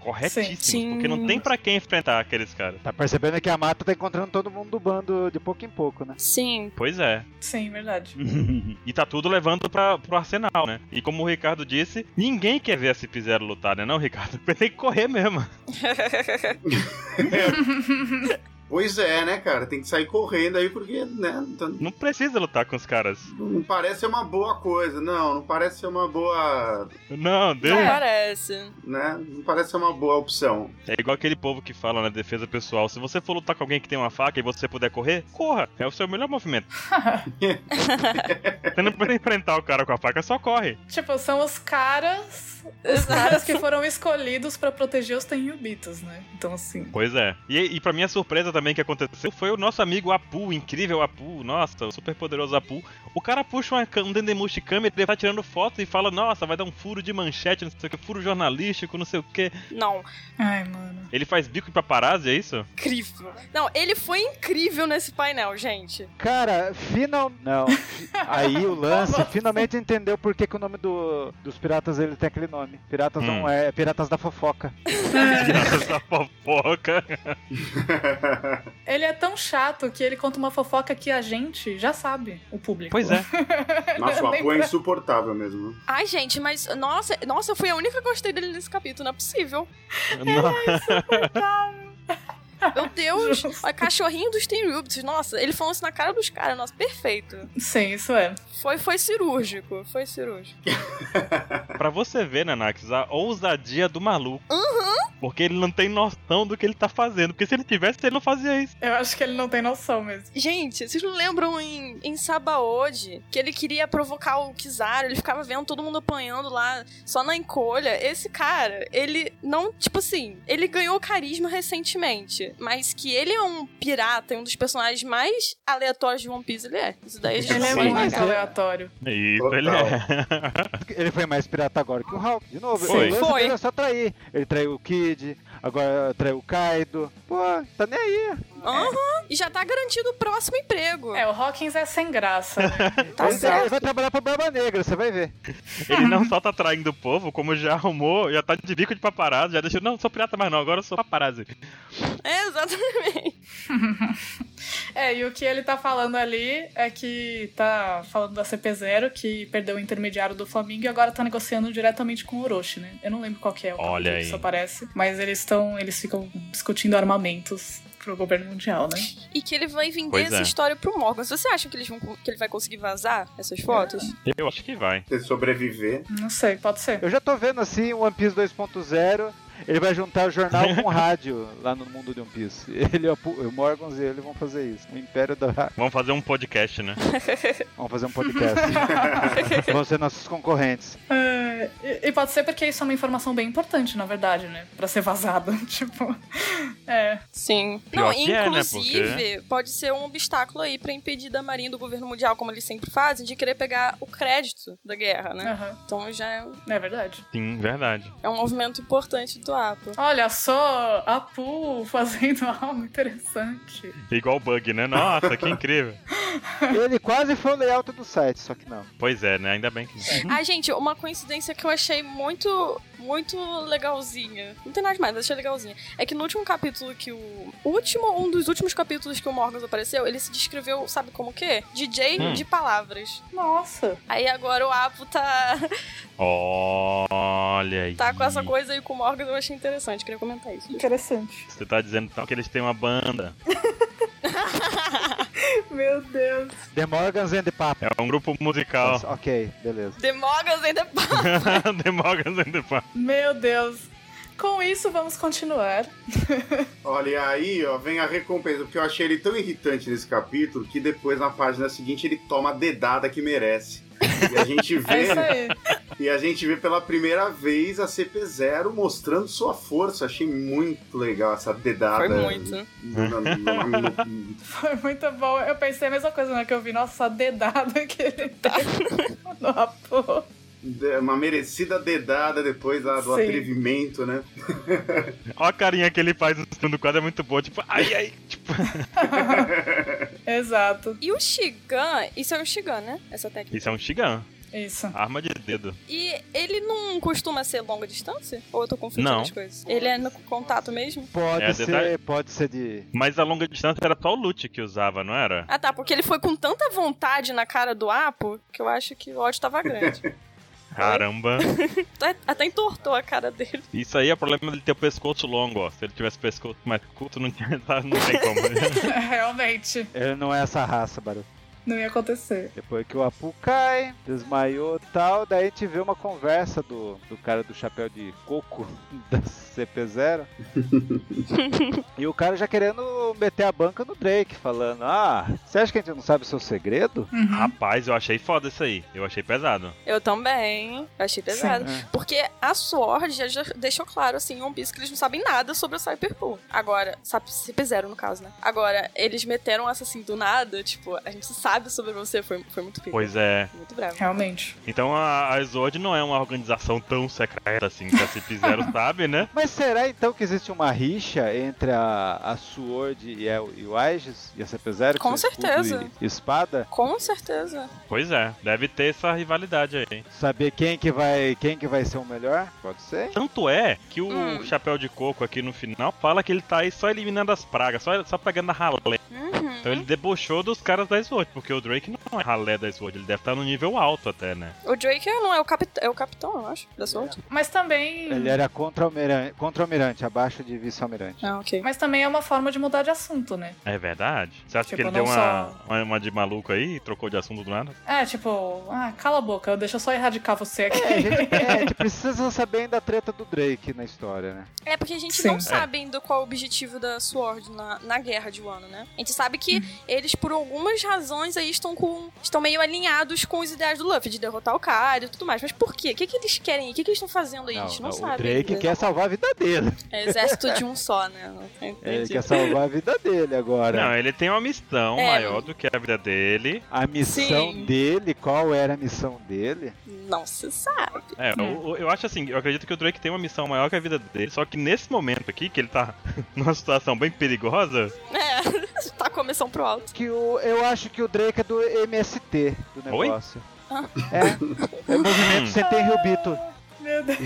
Speaker 3: Corretíssimos,
Speaker 2: Sim.
Speaker 3: porque não tem pra quem enfrentar aqueles caras.
Speaker 4: Tá percebendo que a mata tá encontrando todo mundo do bando de pouco em pouco, né?
Speaker 2: Sim.
Speaker 3: Pois é.
Speaker 1: Sim, verdade.
Speaker 3: E tá tudo levando pra, pro arsenal, né? E como o Ricardo disse, ninguém quer ver a CP0 lutar, né, não, Ricardo? Vai ter que correr mesmo.
Speaker 5: Pois é, né, cara? Tem que sair correndo aí porque, né? então,
Speaker 3: Não precisa lutar com os caras.
Speaker 5: Não parece ser uma boa coisa, não. Não parece ser uma boa.
Speaker 3: Não, deu.
Speaker 2: Não
Speaker 1: É.
Speaker 2: parece.
Speaker 5: né? Não parece ser uma boa opção.
Speaker 3: É igual aquele povo que fala na defesa pessoal: se você for lutar com alguém que tem uma faca e você puder correr, corra. É o seu melhor movimento. você não precisa enfrentar o cara com a faca, só corre.
Speaker 1: Tipo, são os caras. Os
Speaker 2: Exato.
Speaker 1: caras que foram escolhidos pra proteger os Tenryubitos, né? Então, assim.
Speaker 3: Pois é. E, e pra minha surpresa também que aconteceu foi o nosso amigo Apu, incrível Apu, nossa, o super poderoso Apu. O cara puxa uma, ca- um Dendemushi câmera, ele tá tirando foto e fala, nossa, vai dar um furo de manchete, não sei o que, furo jornalístico, não sei o que.
Speaker 2: Não,
Speaker 1: Ai, mano.
Speaker 3: Ele faz bico de paparazzi, é isso?
Speaker 2: incrível. Não, ele foi incrível nesse painel, gente.
Speaker 4: Cara, final. Não. Aí o lance finalmente entendeu por que, que o nome do, dos piratas ele tem aquele nome. Piratas
Speaker 3: Hum.
Speaker 4: não é Piratas da Fofoca.
Speaker 3: Essa fofoca.
Speaker 1: Ele é tão chato que ele conta uma fofoca que a gente já sabe, o público.
Speaker 3: Pois é.
Speaker 5: Nossa, o Apu é
Speaker 1: Lembra?
Speaker 5: insuportável mesmo. né?
Speaker 2: Ai, gente, mas nossa, nossa, eu fui a única que gostei dele nesse capítulo, não é possível.
Speaker 3: Nossa,
Speaker 2: Meu Deus, o cachorrinho dos Teen Rubits, nossa, ele falou isso na cara dos caras, nossa, perfeito.
Speaker 1: Sim, isso é.
Speaker 2: Foi, foi cirúrgico, foi cirúrgico.
Speaker 3: pra você ver, Nanax, a ousadia do maluco.
Speaker 2: Uhum.
Speaker 3: Porque ele não tem noção do que ele tá fazendo. Porque se ele tivesse, ele não fazia isso.
Speaker 1: Eu acho que ele não tem noção mesmo.
Speaker 2: Gente, vocês não lembram em, em Sabaody que ele queria provocar o Kizaru, ele ficava vendo todo mundo apanhando lá, só na encolha. Esse cara, ele não, tipo assim, ele ganhou carisma recentemente, mas que ele é um pirata e um dos personagens mais aleatórios de One Piece, ele é. Isso daí a gente
Speaker 1: Ele é
Speaker 5: Sim,
Speaker 2: não pode
Speaker 1: muito
Speaker 4: mas
Speaker 2: negar.
Speaker 4: é-
Speaker 1: aleatório.
Speaker 3: Isso,
Speaker 5: Total.
Speaker 3: ele é.
Speaker 4: Ele foi mais pirata agora que o Hulk. De novo,
Speaker 3: Foi.
Speaker 4: o lance
Speaker 2: Foi.
Speaker 4: dele é só trair. Ele traiu o Kid, agora traiu o Kaido. Pô, tá nem aí.
Speaker 2: Aham, e já tá garantido o próximo emprego.
Speaker 1: É, o Hawkins é sem graça. né?
Speaker 2: Tá
Speaker 4: ele,
Speaker 2: certo.
Speaker 4: ele vai trabalhar pra Barba Negra, você vai ver.
Speaker 3: Ele não só tá traindo o povo, como já arrumou, já tá de bico de paparazzi, já deixou. Não, sou pirata mais não, agora eu sou paparazzi.
Speaker 2: É, exatamente.
Speaker 1: É, e o que ele tá falando ali é que tá falando da CP0, que perdeu o intermediário do Flamengo e agora tá negociando diretamente com o Orochi, né? Eu não lembro qual que é o
Speaker 3: Olha
Speaker 1: capítulo que
Speaker 3: aí.
Speaker 1: isso aparece, mas eles estão, eles ficam discutindo armamentos pro governo mundial, né?
Speaker 2: E que ele vai vender
Speaker 3: Pois
Speaker 2: essa
Speaker 3: é.
Speaker 2: história pro Morgan. Vocês acham que, eles vão, que ele vai conseguir vazar essas fotos?
Speaker 3: Eu acho que vai.
Speaker 5: Você sobreviver.
Speaker 1: Não sei, pode ser.
Speaker 4: Eu já tô vendo assim o One Piece 2.0. Ele vai juntar o jornal com o rádio lá no mundo de One Piece. Ele, e o Apu- o Morgans e ele vão fazer isso. O Império da
Speaker 3: Vamos fazer um podcast, né?
Speaker 4: Vamos fazer um podcast. Vão ser nossos concorrentes.
Speaker 1: É, e, e pode ser porque isso é uma informação bem importante, na verdade, né? Pra ser vazada. tipo, é.
Speaker 2: Sim. Não,
Speaker 3: Pior que é, né,
Speaker 2: inclusive, pode ser um obstáculo aí pra impedir da Marinha e do governo mundial, como eles sempre fazem, de querer pegar o crédito da guerra, né?
Speaker 1: aham,
Speaker 2: Então já é,
Speaker 1: é verdade.
Speaker 3: Sim, verdade.
Speaker 2: é um movimento importante do APO.
Speaker 1: Olha só, a Pooh fazendo algo interessante.
Speaker 3: Igual o bug, né? Nossa, que incrível.
Speaker 4: Ele quase foi o layout do site, só que não.
Speaker 3: Pois é, né? Ainda bem que.
Speaker 2: Ah, gente, uma coincidência que eu achei muito, muito legalzinha. Não tem nada demais, mas achei legalzinha. É que no último capítulo que o. o último, um dos últimos capítulos que o Morgan apareceu, ele se descreveu, sabe como o quê? DJ
Speaker 3: Hum.
Speaker 2: de palavras.
Speaker 1: Nossa.
Speaker 2: Aí agora o Apo tá,
Speaker 3: Olha aí.
Speaker 2: tá com essa coisa aí com o Morgan, eu achei interessante, queria comentar isso.
Speaker 1: Interessante.
Speaker 3: Você tá dizendo então que eles têm uma banda.
Speaker 1: Meu Deus.
Speaker 4: The Morgans and the Papas.
Speaker 3: É um grupo musical.
Speaker 4: Ok, beleza.
Speaker 2: The Morgans ainda.
Speaker 3: The Morgans and the Pan.
Speaker 1: Meu Deus. Com isso, vamos continuar.
Speaker 5: Olha, e aí, ó, vem a recompensa, porque eu achei ele tão irritante nesse capítulo que depois na página seguinte ele toma a dedada que merece. E a gente
Speaker 1: É isso
Speaker 5: vê,
Speaker 1: aí.
Speaker 5: e a gente vê pela primeira vez a CP0 mostrando sua força. Achei muito legal essa dedada.
Speaker 2: Foi muito.
Speaker 5: No- no- no- no- no-
Speaker 1: Foi muito bom. Eu pensei a mesma coisa, né? Que eu vi, nossa, a dedada que ele tá no rapô.
Speaker 5: de- uma merecida dedada depois da- do
Speaker 1: Sim.
Speaker 5: atrevimento, né?
Speaker 3: Ó a carinha que ele faz no segundo quadro, é muito boa. Tipo, ai, ai. Tipo,
Speaker 1: Exato.
Speaker 2: E o Shigan, isso é um Shigan, né? Essa técnica.
Speaker 3: isso é um Shigan.
Speaker 1: Isso.
Speaker 3: Arma de dedo.
Speaker 2: E ele não costuma ser longa distância? Ou eu tô confundindo
Speaker 3: Não.
Speaker 2: as coisas? Ele é no contato mesmo?
Speaker 4: Pode
Speaker 3: É,
Speaker 4: ser,
Speaker 3: detalhe-
Speaker 4: pode ser de.
Speaker 3: Mas a longa distância era só o Lute que usava, não era?
Speaker 2: Ah tá, porque ele foi com tanta vontade na cara do Apo que eu acho que o ódio tava grande.
Speaker 3: Caramba.
Speaker 2: até, até entortou a cara dele.
Speaker 3: Isso aí é problema dele ter o pescoço longo, ó. Se ele tivesse pescoço mais curto, não, tinha, não tem como.
Speaker 1: Realmente.
Speaker 4: Ele não é essa raça, Baru.
Speaker 1: Não ia acontecer.
Speaker 4: Depois que o Apu cai, desmaiou e tal, daí a gente vê uma conversa do, do cara do chapéu de coco da CP0. e o cara já querendo querendo meter a banca no Drake, falando: Ah, você acha que a gente não sabe o seu segredo?
Speaker 1: Uhum.
Speaker 3: Rapaz, eu achei foda isso aí. Eu achei pesado.
Speaker 2: Eu também. Eu achei pesado.
Speaker 3: é.
Speaker 2: Porque a Sword já, já deixou claro, assim, em One Piece, que eles não sabem nada sobre o Cyberpool. Agora, sabe, CP0 no caso, né? Agora, eles meteram essa assim do nada, tipo, a gente sabe sobre você, foi, foi muito pico.
Speaker 3: Pois é.
Speaker 2: Muito bravo.
Speaker 1: Realmente.
Speaker 3: Então a, a Zord não é uma organização tão secreta assim que a CP0 sabe, né?
Speaker 4: Mas será então que existe uma rixa entre a, a Sword e, a, e o Aegis e a CP0?
Speaker 2: Com
Speaker 4: que é escudo
Speaker 2: certeza.
Speaker 4: E espada?
Speaker 2: Com certeza.
Speaker 3: Pois é. Deve ter essa rivalidade aí.
Speaker 4: Saber quem que vai quem que vai ser o melhor? Pode ser?
Speaker 3: Tanto é que o
Speaker 2: Hum.
Speaker 3: Chapéu de Coco aqui no final fala que ele tá aí só eliminando as pragas, só, só pegando a ralé.
Speaker 2: Uhum.
Speaker 3: Então ele debochou dos caras da Sword, porque o Drake não é ralé da Sword, ele deve estar no nível alto até, né?
Speaker 2: O Drake não é o capitão, é o capitão, eu acho, da Sword.
Speaker 1: Mas também.
Speaker 4: Ele é- era contra-almirante, contra-almirante abaixo de vice-almirante.
Speaker 2: Ah, ok.
Speaker 1: Mas também é uma forma de mudar de assunto, né?
Speaker 3: É verdade? Você acha
Speaker 1: Tipo,
Speaker 3: que ele
Speaker 1: não
Speaker 3: deu uma, uma, uma de maluco aí e trocou de assunto do nada?
Speaker 1: É, tipo, ah, cala a boca, deixa eu só erradicar você aqui.
Speaker 4: É, a gente, é, a gente precisa saber ainda a treta do Drake na história, né?
Speaker 2: É porque a gente
Speaker 1: Sim.
Speaker 2: não sabe ainda qual é o objetivo da Sword na, na guerra de Wano, né? A gente sabe que eles, por algumas razões, aí estão com. estão meio alinhados com os ideais do Luffy, de derrotar o Kaido e tudo mais. Mas por quê? O que, que eles querem aí? O que, que eles estão fazendo aí? a gente não, sabe.
Speaker 4: o Drake
Speaker 2: ainda.
Speaker 4: quer salvar a vida dele.
Speaker 2: É exército de um só, né? Entendi.
Speaker 4: É, Ele quer salvar a vida dele agora.
Speaker 3: Não, ele tem uma missão
Speaker 2: É.
Speaker 3: maior do que a vida dele.
Speaker 4: A missão
Speaker 2: Sim.
Speaker 4: dele, qual era a missão dele?
Speaker 2: Não se sabe.
Speaker 3: É, eu, eu acho assim, eu acredito que o Drake tem uma missão maior que a vida dele, só que nesse momento aqui, que ele tá numa situação bem perigosa,
Speaker 2: É, tá com a missão pro alto.
Speaker 4: Que o, eu acho que o Drake é do MST do
Speaker 3: Oi?
Speaker 4: negócio.
Speaker 2: Ah.
Speaker 4: É, é o movimento Sentem Riobito.
Speaker 1: Meu Deus.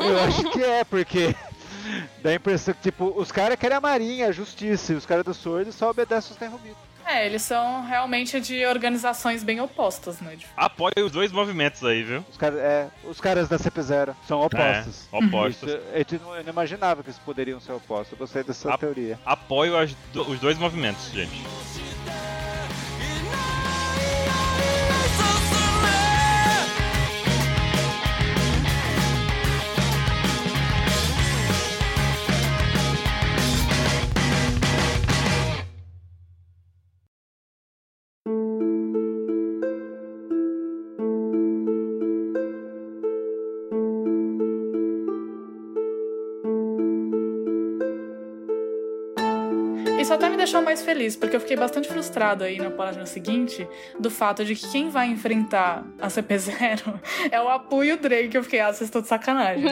Speaker 4: Eu acho que é, porque dá a impressão que, tipo, os caras querem a marinha, a justiça, e os caras do Sword só obedecem os Tem Riobito.
Speaker 1: É, eles são realmente de organizações bem opostas, né? De-
Speaker 3: apoia os dois movimentos aí, viu?
Speaker 4: Os, cara, é, os caras da CP0 são opostos.
Speaker 3: É, opostos.
Speaker 4: Isso, eu, eu não- eu não imaginava que eles poderiam ser opostos. Eu gostei dessa
Speaker 3: Ah.
Speaker 4: teoria.
Speaker 3: Apoio as do- os dois movimentos, gente.
Speaker 1: Isso até me deixou mais feliz, porque eu fiquei bastante frustrada aí na página seguinte do fato de que quem vai enfrentar a CP0 é o Apu e o Drake. Eu fiquei, ah, vocês estão de sacanagem.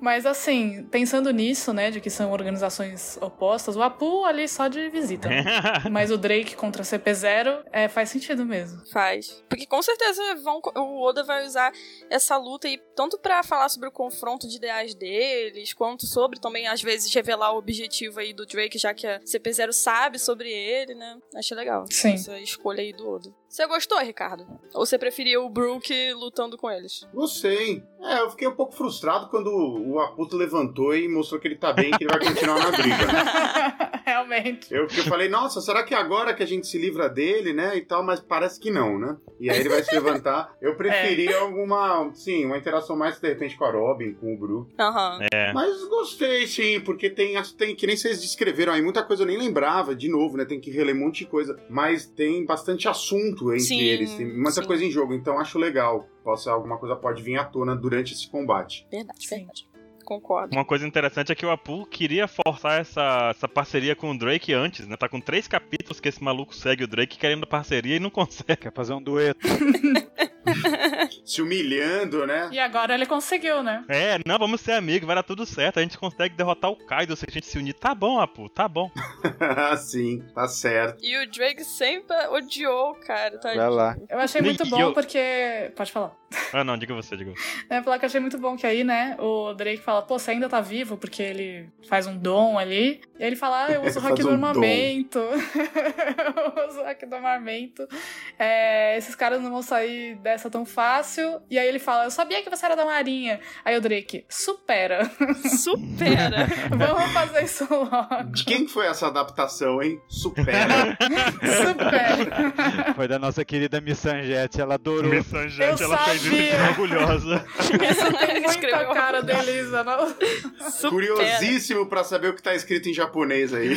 Speaker 1: Mas assim, pensando nisso, né, de que são organizações opostas, o Apu ali só de visita.
Speaker 3: É.
Speaker 1: né? Mas o Drake contra a CP0 é, faz sentido mesmo.
Speaker 2: Faz. Porque com certeza vão, o Oda vai usar essa luta aí, tanto pra falar sobre o confronto de ideais deles, quanto sobre também, às vezes, revelar o objetivo aí do Drake, já que a CP0 sabe sobre ele, né? Achei legal.
Speaker 1: Sim.
Speaker 2: Essa escolha aí do Oda. Você gostou, Ricardo? Ou você preferia o Brook lutando com eles?
Speaker 5: Gostei. É, eu fiquei um pouco frustrado quando o Aputo levantou e mostrou que ele tá bem, que ele vai continuar na briga. né?
Speaker 1: Realmente.
Speaker 5: Eu, que eu falei, nossa, será que é agora que a gente se livra dele, né, e tal, mas parece que não, né? E aí ele vai se levantar.
Speaker 2: É.
Speaker 5: Eu preferia alguma, sim, uma interação mais, de repente, com a Robin, com o Bru.
Speaker 2: Aham.
Speaker 3: É.
Speaker 5: Mas gostei, sim, porque tem, as- tem que nem vocês descreveram aí, muita coisa eu nem lembrava, de novo, né? Tem que reler um monte de coisa. Mas tem bastante assunto entre
Speaker 2: Sim,
Speaker 5: eles, tem muita
Speaker 2: sim.
Speaker 5: coisa em jogo, então acho legal. Possa, alguma coisa pode vir à tona durante esse combate.
Speaker 2: Verdade,
Speaker 1: Sim.
Speaker 2: verdade. Concordo.
Speaker 3: Uma coisa interessante é que o Apu queria forçar essa, essa parceria com o Drake antes, né? Tá com três capítulos que esse maluco segue o Drake querendo parceria e não consegue.
Speaker 4: Quer fazer um dueto.
Speaker 5: Se humilhando, né?
Speaker 1: E agora ele conseguiu, né?
Speaker 3: É, não, vamos ser amigos, vai dar tudo certo. A gente consegue derrotar o Kaido se a gente se unir. Tá bom, Apu, tá bom.
Speaker 5: sim, tá certo.
Speaker 2: E o Drake sempre odiou, o cara, tá?
Speaker 4: Vai lá.
Speaker 1: Eu achei muito
Speaker 3: Ih,
Speaker 1: bom
Speaker 3: eu-
Speaker 1: porque. Pode falar.
Speaker 3: Ah, não, diga você, diga.
Speaker 1: É, falar que eu achei muito bom que aí, né, o Drake fala, pô, você ainda tá vivo, porque ele faz um dom ali. E ele fala, ah, eu uso o hack
Speaker 5: Faz
Speaker 1: do
Speaker 5: um
Speaker 1: armamento. eu uso o hack do armamento. É, esses caras não vão sair dessa tão fácil. fácil. E aí ele fala: Eu sabia que você era da Marinha. Aí o Drake: Supera.
Speaker 2: Supera.
Speaker 1: Vamos fazer isso logo.
Speaker 5: De quem que foi essa adaptação, hein? Supera.
Speaker 1: Supera.
Speaker 4: Foi da nossa querida Missanjete, ela adorou.
Speaker 3: Missão gente,
Speaker 1: Eu
Speaker 3: ela fez isso de
Speaker 1: sabia.
Speaker 3: orgulhosa.
Speaker 1: Isso tem
Speaker 2: Escreveu.
Speaker 1: muita cara da Elisa, não?
Speaker 2: Supera.
Speaker 5: Curiosíssimo pra saber o que tá escrito em japonês aí.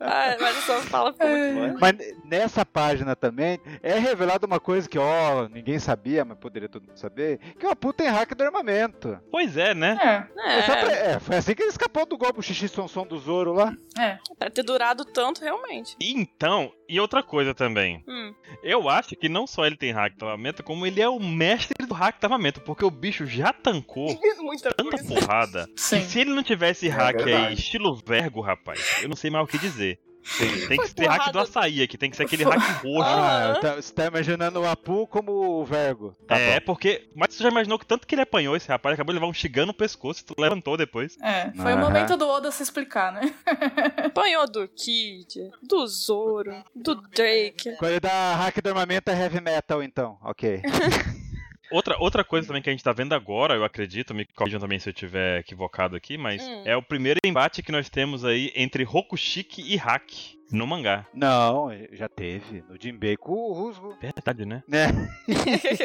Speaker 2: Ah, mas essa
Speaker 1: É.
Speaker 2: fala ficou muito boa.
Speaker 4: Mas nessa página também é revelada uma coisa que, ó, ninguém sabia, mas poderia todo mundo saber, que é o Apu tem hack do armamento.
Speaker 3: Pois é, né?
Speaker 1: É,
Speaker 4: É, só pra-
Speaker 2: É,
Speaker 4: é, foi assim que ele escapou do golpe xixi som som do Zoro lá.
Speaker 1: é.
Speaker 2: pra ter durado tanto, realmente.
Speaker 3: E então, e outra coisa também.
Speaker 2: Hum.
Speaker 3: Eu acho que não só ele tem hack de armamento, como ele é o mestre do hack de armamento, porque o bicho já tancou
Speaker 1: é
Speaker 2: Muita
Speaker 3: tanta
Speaker 2: coisa.
Speaker 3: porrada.
Speaker 1: Sim.
Speaker 3: E se ele não tivesse hack aí,
Speaker 5: verdade.
Speaker 3: estilo vergo, rapaz, eu não sei mais o que dizer. Tem
Speaker 2: Foi
Speaker 3: que ter hack do
Speaker 2: porrada.
Speaker 3: açaí aqui, tem que ser aquele hack roxo.
Speaker 2: Aham.
Speaker 4: Ah, eu tá- você tá imaginando o Apu como o Vergo. Tá
Speaker 3: é, porque. Mas você já imaginou que tanto que ele apanhou esse rapaz, acabou de levar um xigano no pescoço, tu levantou depois.
Speaker 1: É, foi o
Speaker 4: Aham.
Speaker 1: momento do Oda se explicar, né?
Speaker 2: Apanhou do Kid, do Zoro, do Drake.
Speaker 4: bom. Quando ele dá hack do armamento é heavy metal, então. Ok.
Speaker 3: Outra, outra coisa também que a gente tá vendo agora, eu acredito, me corrijam também se eu estiver equivocado aqui, mas
Speaker 2: Hum.
Speaker 3: é o primeiro embate que nós temos aí entre Rokushiki e Hack no mangá.
Speaker 4: Não, é, já teve. No Jinbei com o Rusgo.
Speaker 3: Verdade, né?
Speaker 4: Né?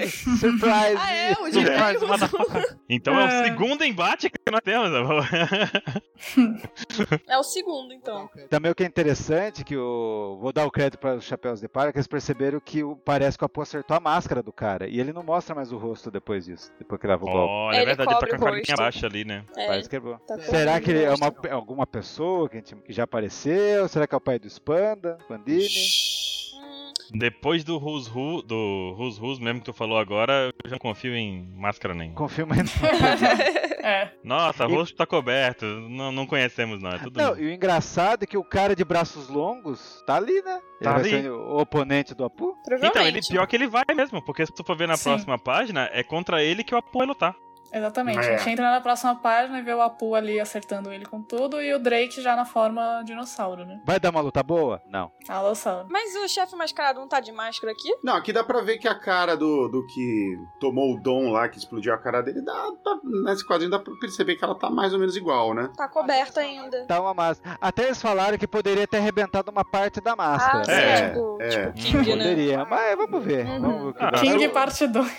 Speaker 4: Surprise!
Speaker 2: ah, é? O
Speaker 3: Surprise,
Speaker 2: Jiraiya usou.
Speaker 3: motherfucker. Então é
Speaker 1: É.
Speaker 3: o segundo embate que nós temos. tá
Speaker 2: É o segundo, então.
Speaker 4: Também o que é interessante, que o. Vou dar o crédito para os chapéus de palha, que eles perceberam que o... parece que o Apu acertou a máscara do cara. E ele não mostra mais o rosto depois disso. Depois que leva o golpe.
Speaker 3: Olha, é
Speaker 2: Ele
Speaker 3: verdade, ele tá
Speaker 2: cobre
Speaker 3: com a
Speaker 2: o
Speaker 3: carinha
Speaker 2: rosto.
Speaker 3: baixa ali, né?
Speaker 2: É,
Speaker 4: Parece que é bom.
Speaker 2: tá
Speaker 4: Será
Speaker 2: correndo,
Speaker 4: que ele é
Speaker 2: eu
Speaker 4: uma-
Speaker 2: acho.
Speaker 4: é alguma pessoa que, a gente- que já apareceu? Será que é o pai do Spanda? Pandini?
Speaker 2: Hum,
Speaker 3: Depois do Who's Who, do Who's Who's mesmo que tu falou agora, eu já não confio em máscara nenhuma.
Speaker 4: Confirma
Speaker 1: É.
Speaker 3: Nossa,
Speaker 4: E-
Speaker 3: rosto tá coberto, não, não conhecemos não, é tudo...
Speaker 4: Não, e o engraçado é que o cara de braços longos tá ali, né? Ele
Speaker 3: Tá
Speaker 4: vai
Speaker 3: ali.
Speaker 4: ser o oponente do Apu?
Speaker 3: Então, ele,
Speaker 2: provavelmente.
Speaker 3: pior que ele vai mesmo, porque se tu for ver na
Speaker 1: Sim.
Speaker 3: próxima página, é contra ele que o Apu vai lutar.
Speaker 1: Exatamente.
Speaker 5: É.
Speaker 1: A gente entra na próxima página e vê o Apu ali acertando ele com tudo e o Drake já na forma dinossauro, né?
Speaker 4: Vai dar uma luta boa? Não.
Speaker 1: Alossauro.
Speaker 2: Mas o chefe mascarado não tá de máscara aqui?
Speaker 5: Não, aqui dá pra ver que a cara do, do que tomou o dom lá, que explodiu a cara dele, dá, dá- nesse quadrinho dá pra perceber que ela tá mais ou menos igual, né?
Speaker 2: Tá coberta ainda.
Speaker 4: Tá uma máscara. Até eles falaram que poderia ter arrebentado uma parte da máscara.
Speaker 2: Ah,
Speaker 5: É,
Speaker 2: sim, tipo,
Speaker 5: é.
Speaker 2: tipo King, né?
Speaker 4: Hum, Poderia, mas vamos ver.
Speaker 2: Uhum.
Speaker 4: Vamos ver o que
Speaker 3: Ah,
Speaker 4: dá.
Speaker 1: King
Speaker 5: eu-
Speaker 1: parte 2.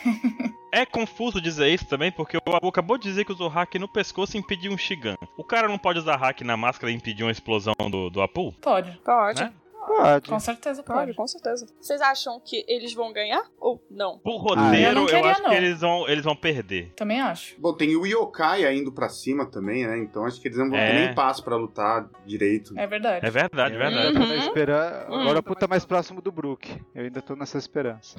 Speaker 3: É confuso dizer isso também, porque o Abu acabou de dizer que usou hack no pescoço e impediu um Shigan. O cara não pode usar hack na máscara e impedir uma explosão do, do Apu?
Speaker 1: Pode.
Speaker 2: Pode,
Speaker 3: Né?
Speaker 4: Pode.
Speaker 1: Com certeza
Speaker 2: pode,
Speaker 1: pode.
Speaker 2: Tá com certeza. Vocês acham que eles vão ganhar ou não?
Speaker 4: Ah,
Speaker 3: O
Speaker 1: eu
Speaker 3: roteiro,
Speaker 1: não
Speaker 3: eu,
Speaker 1: queria,
Speaker 3: acho
Speaker 1: não.
Speaker 3: que eles vão, eles vão perder.
Speaker 1: Também acho.
Speaker 5: Bom, tem o Yokai indo pra cima também, né? Então acho que eles não vão ter
Speaker 3: É.
Speaker 5: nem passo pra lutar direito.
Speaker 1: É verdade.
Speaker 3: É verdade, é verdade.
Speaker 4: Eu ainda tô
Speaker 2: Uhum.
Speaker 4: esperando.
Speaker 2: Uhum.
Speaker 4: Agora o Apu tá mais próximo do Brook. Eu ainda tô nessa esperança.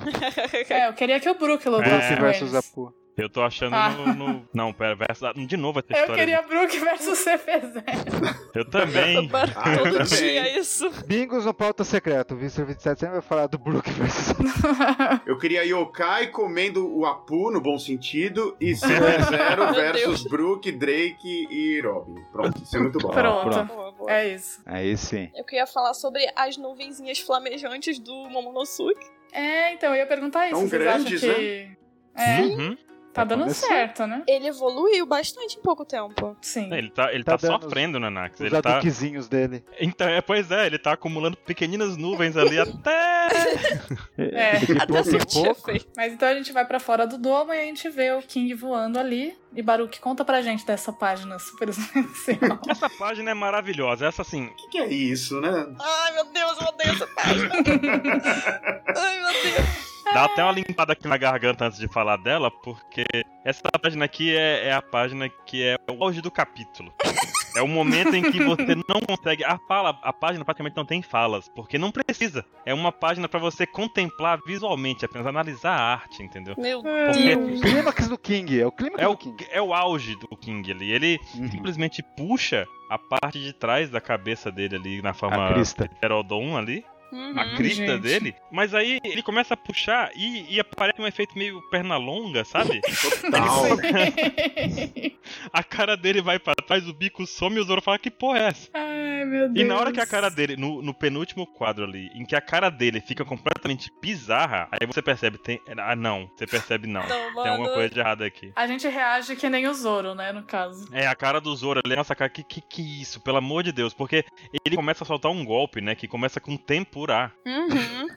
Speaker 1: É, eu queria que o Brook lutasse.
Speaker 3: É.
Speaker 4: Brook
Speaker 1: com
Speaker 4: versus
Speaker 1: eles.
Speaker 4: Apu.
Speaker 3: Eu tô achando
Speaker 1: Ah.
Speaker 3: no, no- Não, pera, versus- de novo essa
Speaker 1: Eu
Speaker 3: história.
Speaker 1: queria Brook versus CP0.
Speaker 3: Eu também.
Speaker 2: Mano,
Speaker 5: Ah,
Speaker 2: todo
Speaker 5: tudo bem.
Speaker 2: dia isso.
Speaker 4: Bingos no pauta secreto. O Vitor 27 sempre vai falar do Brook versus Apu.
Speaker 5: Eu queria Yokai comendo o Apu, no bom sentido, e 0
Speaker 2: Meu
Speaker 5: versus
Speaker 2: Deus.
Speaker 5: Brook, Drake e Robin. Pronto, isso é muito bom.
Speaker 1: Pronto.
Speaker 4: pronto.
Speaker 2: Boa, boa.
Speaker 1: É isso.
Speaker 4: Aí sim.
Speaker 2: Eu queria falar sobre as nuvenzinhas flamejantes do Momonosuke.
Speaker 1: É, então, eu ia perguntar isso.
Speaker 5: Tão
Speaker 1: Vocês
Speaker 5: grandes,
Speaker 1: acham que. É,
Speaker 3: Uhum.
Speaker 1: tá
Speaker 4: Tá
Speaker 1: dando
Speaker 4: começando.
Speaker 1: certo, né?
Speaker 2: Ele evoluiu bastante em pouco tempo.
Speaker 1: Sim.
Speaker 3: Ele tá, ele
Speaker 4: Tá
Speaker 3: tá,
Speaker 4: dando
Speaker 3: sofrendo, Nanax.
Speaker 4: Os
Speaker 3: Ele tá.
Speaker 4: aduquezinhos dele.
Speaker 3: Então, é, pois é, ele tá acumulando pequeninas nuvens ali até.
Speaker 1: É.
Speaker 4: De
Speaker 2: Até
Speaker 4: pouco em
Speaker 2: surtir
Speaker 4: pouco.
Speaker 2: efeito.
Speaker 1: Mas então a gente vai pra fora do domo e a gente vê o King voando ali. E Baruque, conta pra gente dessa página super especial.
Speaker 3: Essa página é maravilhosa. Essa assim.
Speaker 5: O que, que é isso, né?
Speaker 2: Ai, meu Deus, eu odeio essa página. Ai, meu Deus.
Speaker 3: Dá até uma limpada aqui na garganta antes de falar dela, porque essa página aqui é, é a página que é o auge do capítulo. É o momento em que você não consegue. A fala, a página praticamente não tem falas, porque não precisa. É uma página pra você contemplar visualmente, apenas analisar a arte, entendeu?
Speaker 2: Meu
Speaker 3: Porque
Speaker 2: Deus.
Speaker 4: O clímax do King. É o clímax
Speaker 3: é
Speaker 4: do
Speaker 3: o,
Speaker 4: King.
Speaker 3: é o auge do King ali. Ele
Speaker 4: Uhum.
Speaker 3: simplesmente puxa a parte de trás da cabeça dele ali na
Speaker 4: A
Speaker 3: forma
Speaker 4: crista.
Speaker 3: Herodon ali
Speaker 2: Uhum.
Speaker 3: a crista
Speaker 1: gente.
Speaker 3: dele. Mas aí ele começa a puxar e, e aparece um efeito meio perna longa, sabe?
Speaker 5: Total.
Speaker 3: a cara dele vai pra trás, o bico some e o Zoro fala que porra é essa?
Speaker 1: Ai, meu Deus.
Speaker 3: E na hora que a cara dele, no, no penúltimo quadro ali, em que a cara dele fica completamente bizarra, aí você percebe, tem. Ah, não. Você percebe, não.
Speaker 2: Não,
Speaker 3: Tem alguma
Speaker 2: Então, mano.
Speaker 3: coisa de errado aqui.
Speaker 1: A gente reage que nem o Zoro, né, no caso.
Speaker 3: É, a cara do Zoro ali, nossa, cara, que, que que isso, pelo amor de Deus, porque ele começa a soltar um golpe, né, que começa com tempurá.
Speaker 2: Uhum.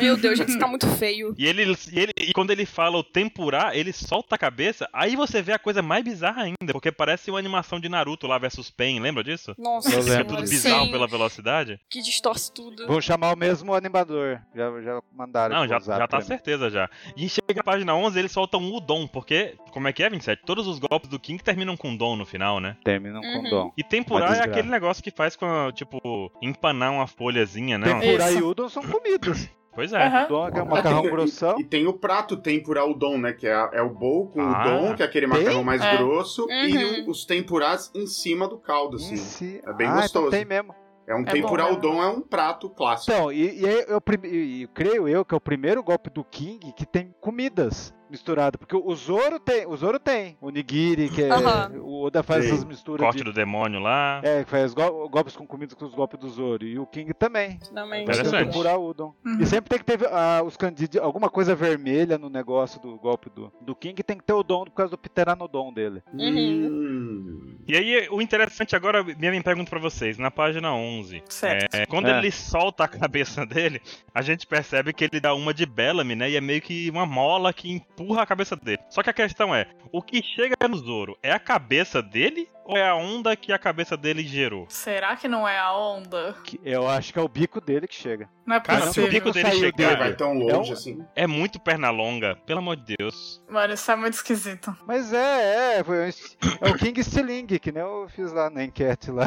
Speaker 2: Meu Deus, gente, isso tá muito feio.
Speaker 3: E ele, e ele- e quando ele fala o tempurá, ele solta a cabeça, aí você vê a coisa mais bizarra ainda, porque parece uma animação de Naruto lá versus Pain, lembra disso?
Speaker 2: Nossa
Speaker 4: Eu
Speaker 3: Que é
Speaker 4: lembro
Speaker 2: senhora,
Speaker 3: tudo
Speaker 4: disso.
Speaker 3: bizarro
Speaker 2: sim,
Speaker 3: pela velocidade.
Speaker 2: que distorce tudo.
Speaker 4: Vão chamar o mesmo animador. Já, já mandaram.
Speaker 3: Não,
Speaker 4: pro
Speaker 3: já,
Speaker 4: WhatsApp
Speaker 3: já tá
Speaker 4: pra mim.
Speaker 3: certeza já. E chega na página 11, ele solta um Udon, porque, como é que é, 27? Todos os golpes do King terminam com Udon no final, né?
Speaker 4: Terminam
Speaker 2: Uhum.
Speaker 4: com dom.
Speaker 3: E tempurá é
Speaker 4: Uma desgraça.
Speaker 3: aquele negócio que faz com, a, tipo, empanar uma folhazinha, né?
Speaker 4: Tempura
Speaker 1: Isso.
Speaker 4: e udon são comidas.
Speaker 3: Pois é.
Speaker 1: Aham.
Speaker 4: Udon que é um macarrão
Speaker 5: E-
Speaker 4: grossão.
Speaker 5: E, tem o prato tempura udon, né? Que é, a- é o bowl com
Speaker 3: Ah.
Speaker 5: o udon, que é aquele
Speaker 4: Tem?
Speaker 5: macarrão mais
Speaker 1: É.
Speaker 5: grosso, e
Speaker 2: Uhum.
Speaker 5: o- os tempurás em cima do caldo, assim.
Speaker 4: Em si-
Speaker 5: É bem
Speaker 4: ah, então
Speaker 5: gostoso.
Speaker 4: tem mesmo.
Speaker 5: É um
Speaker 1: bom,
Speaker 5: tempura
Speaker 1: né?
Speaker 5: udon, é um prato clássico.
Speaker 4: Então, e, e aí eu, prim- e- e creio eu que é o primeiro golpe do King que tem comidas misturadas. Porque o Zoro tem. O Zoro tem. O Nigiri, que é.
Speaker 2: Aham.
Speaker 4: O Oda faz
Speaker 5: Sim.
Speaker 4: essas misturas
Speaker 3: Corte
Speaker 4: de.
Speaker 3: do demônio lá.
Speaker 4: É, que faz go- golpes com comidas com os golpes do Zoro. E o King também.
Speaker 2: Finalmente.
Speaker 4: Mas tem o
Speaker 3: Interessante.
Speaker 4: tempura udon.
Speaker 1: Uhum.
Speaker 4: E sempre tem que ter ah, os candid... alguma coisa vermelha no negócio do golpe do, do King. Tem que ter o dom por causa do pteranodon dele.
Speaker 3: Então,
Speaker 5: Hum.
Speaker 3: E aí, o interessante agora, minha minha pergunta pra vocês, na página 11.
Speaker 1: Certo.
Speaker 3: é, quando
Speaker 4: É.
Speaker 3: ele solta a cabeça dele, a gente percebe que ele dá uma de Bellamy, né? E é meio que uma mola que empurra a cabeça dele. Só que a questão é, o que chega no Zoro é a cabeça dele ou é a onda que a cabeça dele gerou?
Speaker 1: Será que não é a onda?
Speaker 4: Que eu acho que é o bico dele que chega.
Speaker 1: Não é
Speaker 3: Cara, se o
Speaker 1: possível.
Speaker 3: bico dele
Speaker 4: saiu
Speaker 5: Ele
Speaker 3: chegar,
Speaker 5: É, vai tão longe,
Speaker 4: Então-
Speaker 5: assim.
Speaker 3: é muito perna longa, pelo amor de Deus.
Speaker 1: Mano, isso é muito esquisito.
Speaker 4: Mas é, é, foi um est- é o King Stiling, que nem eu fiz lá na enquete lá.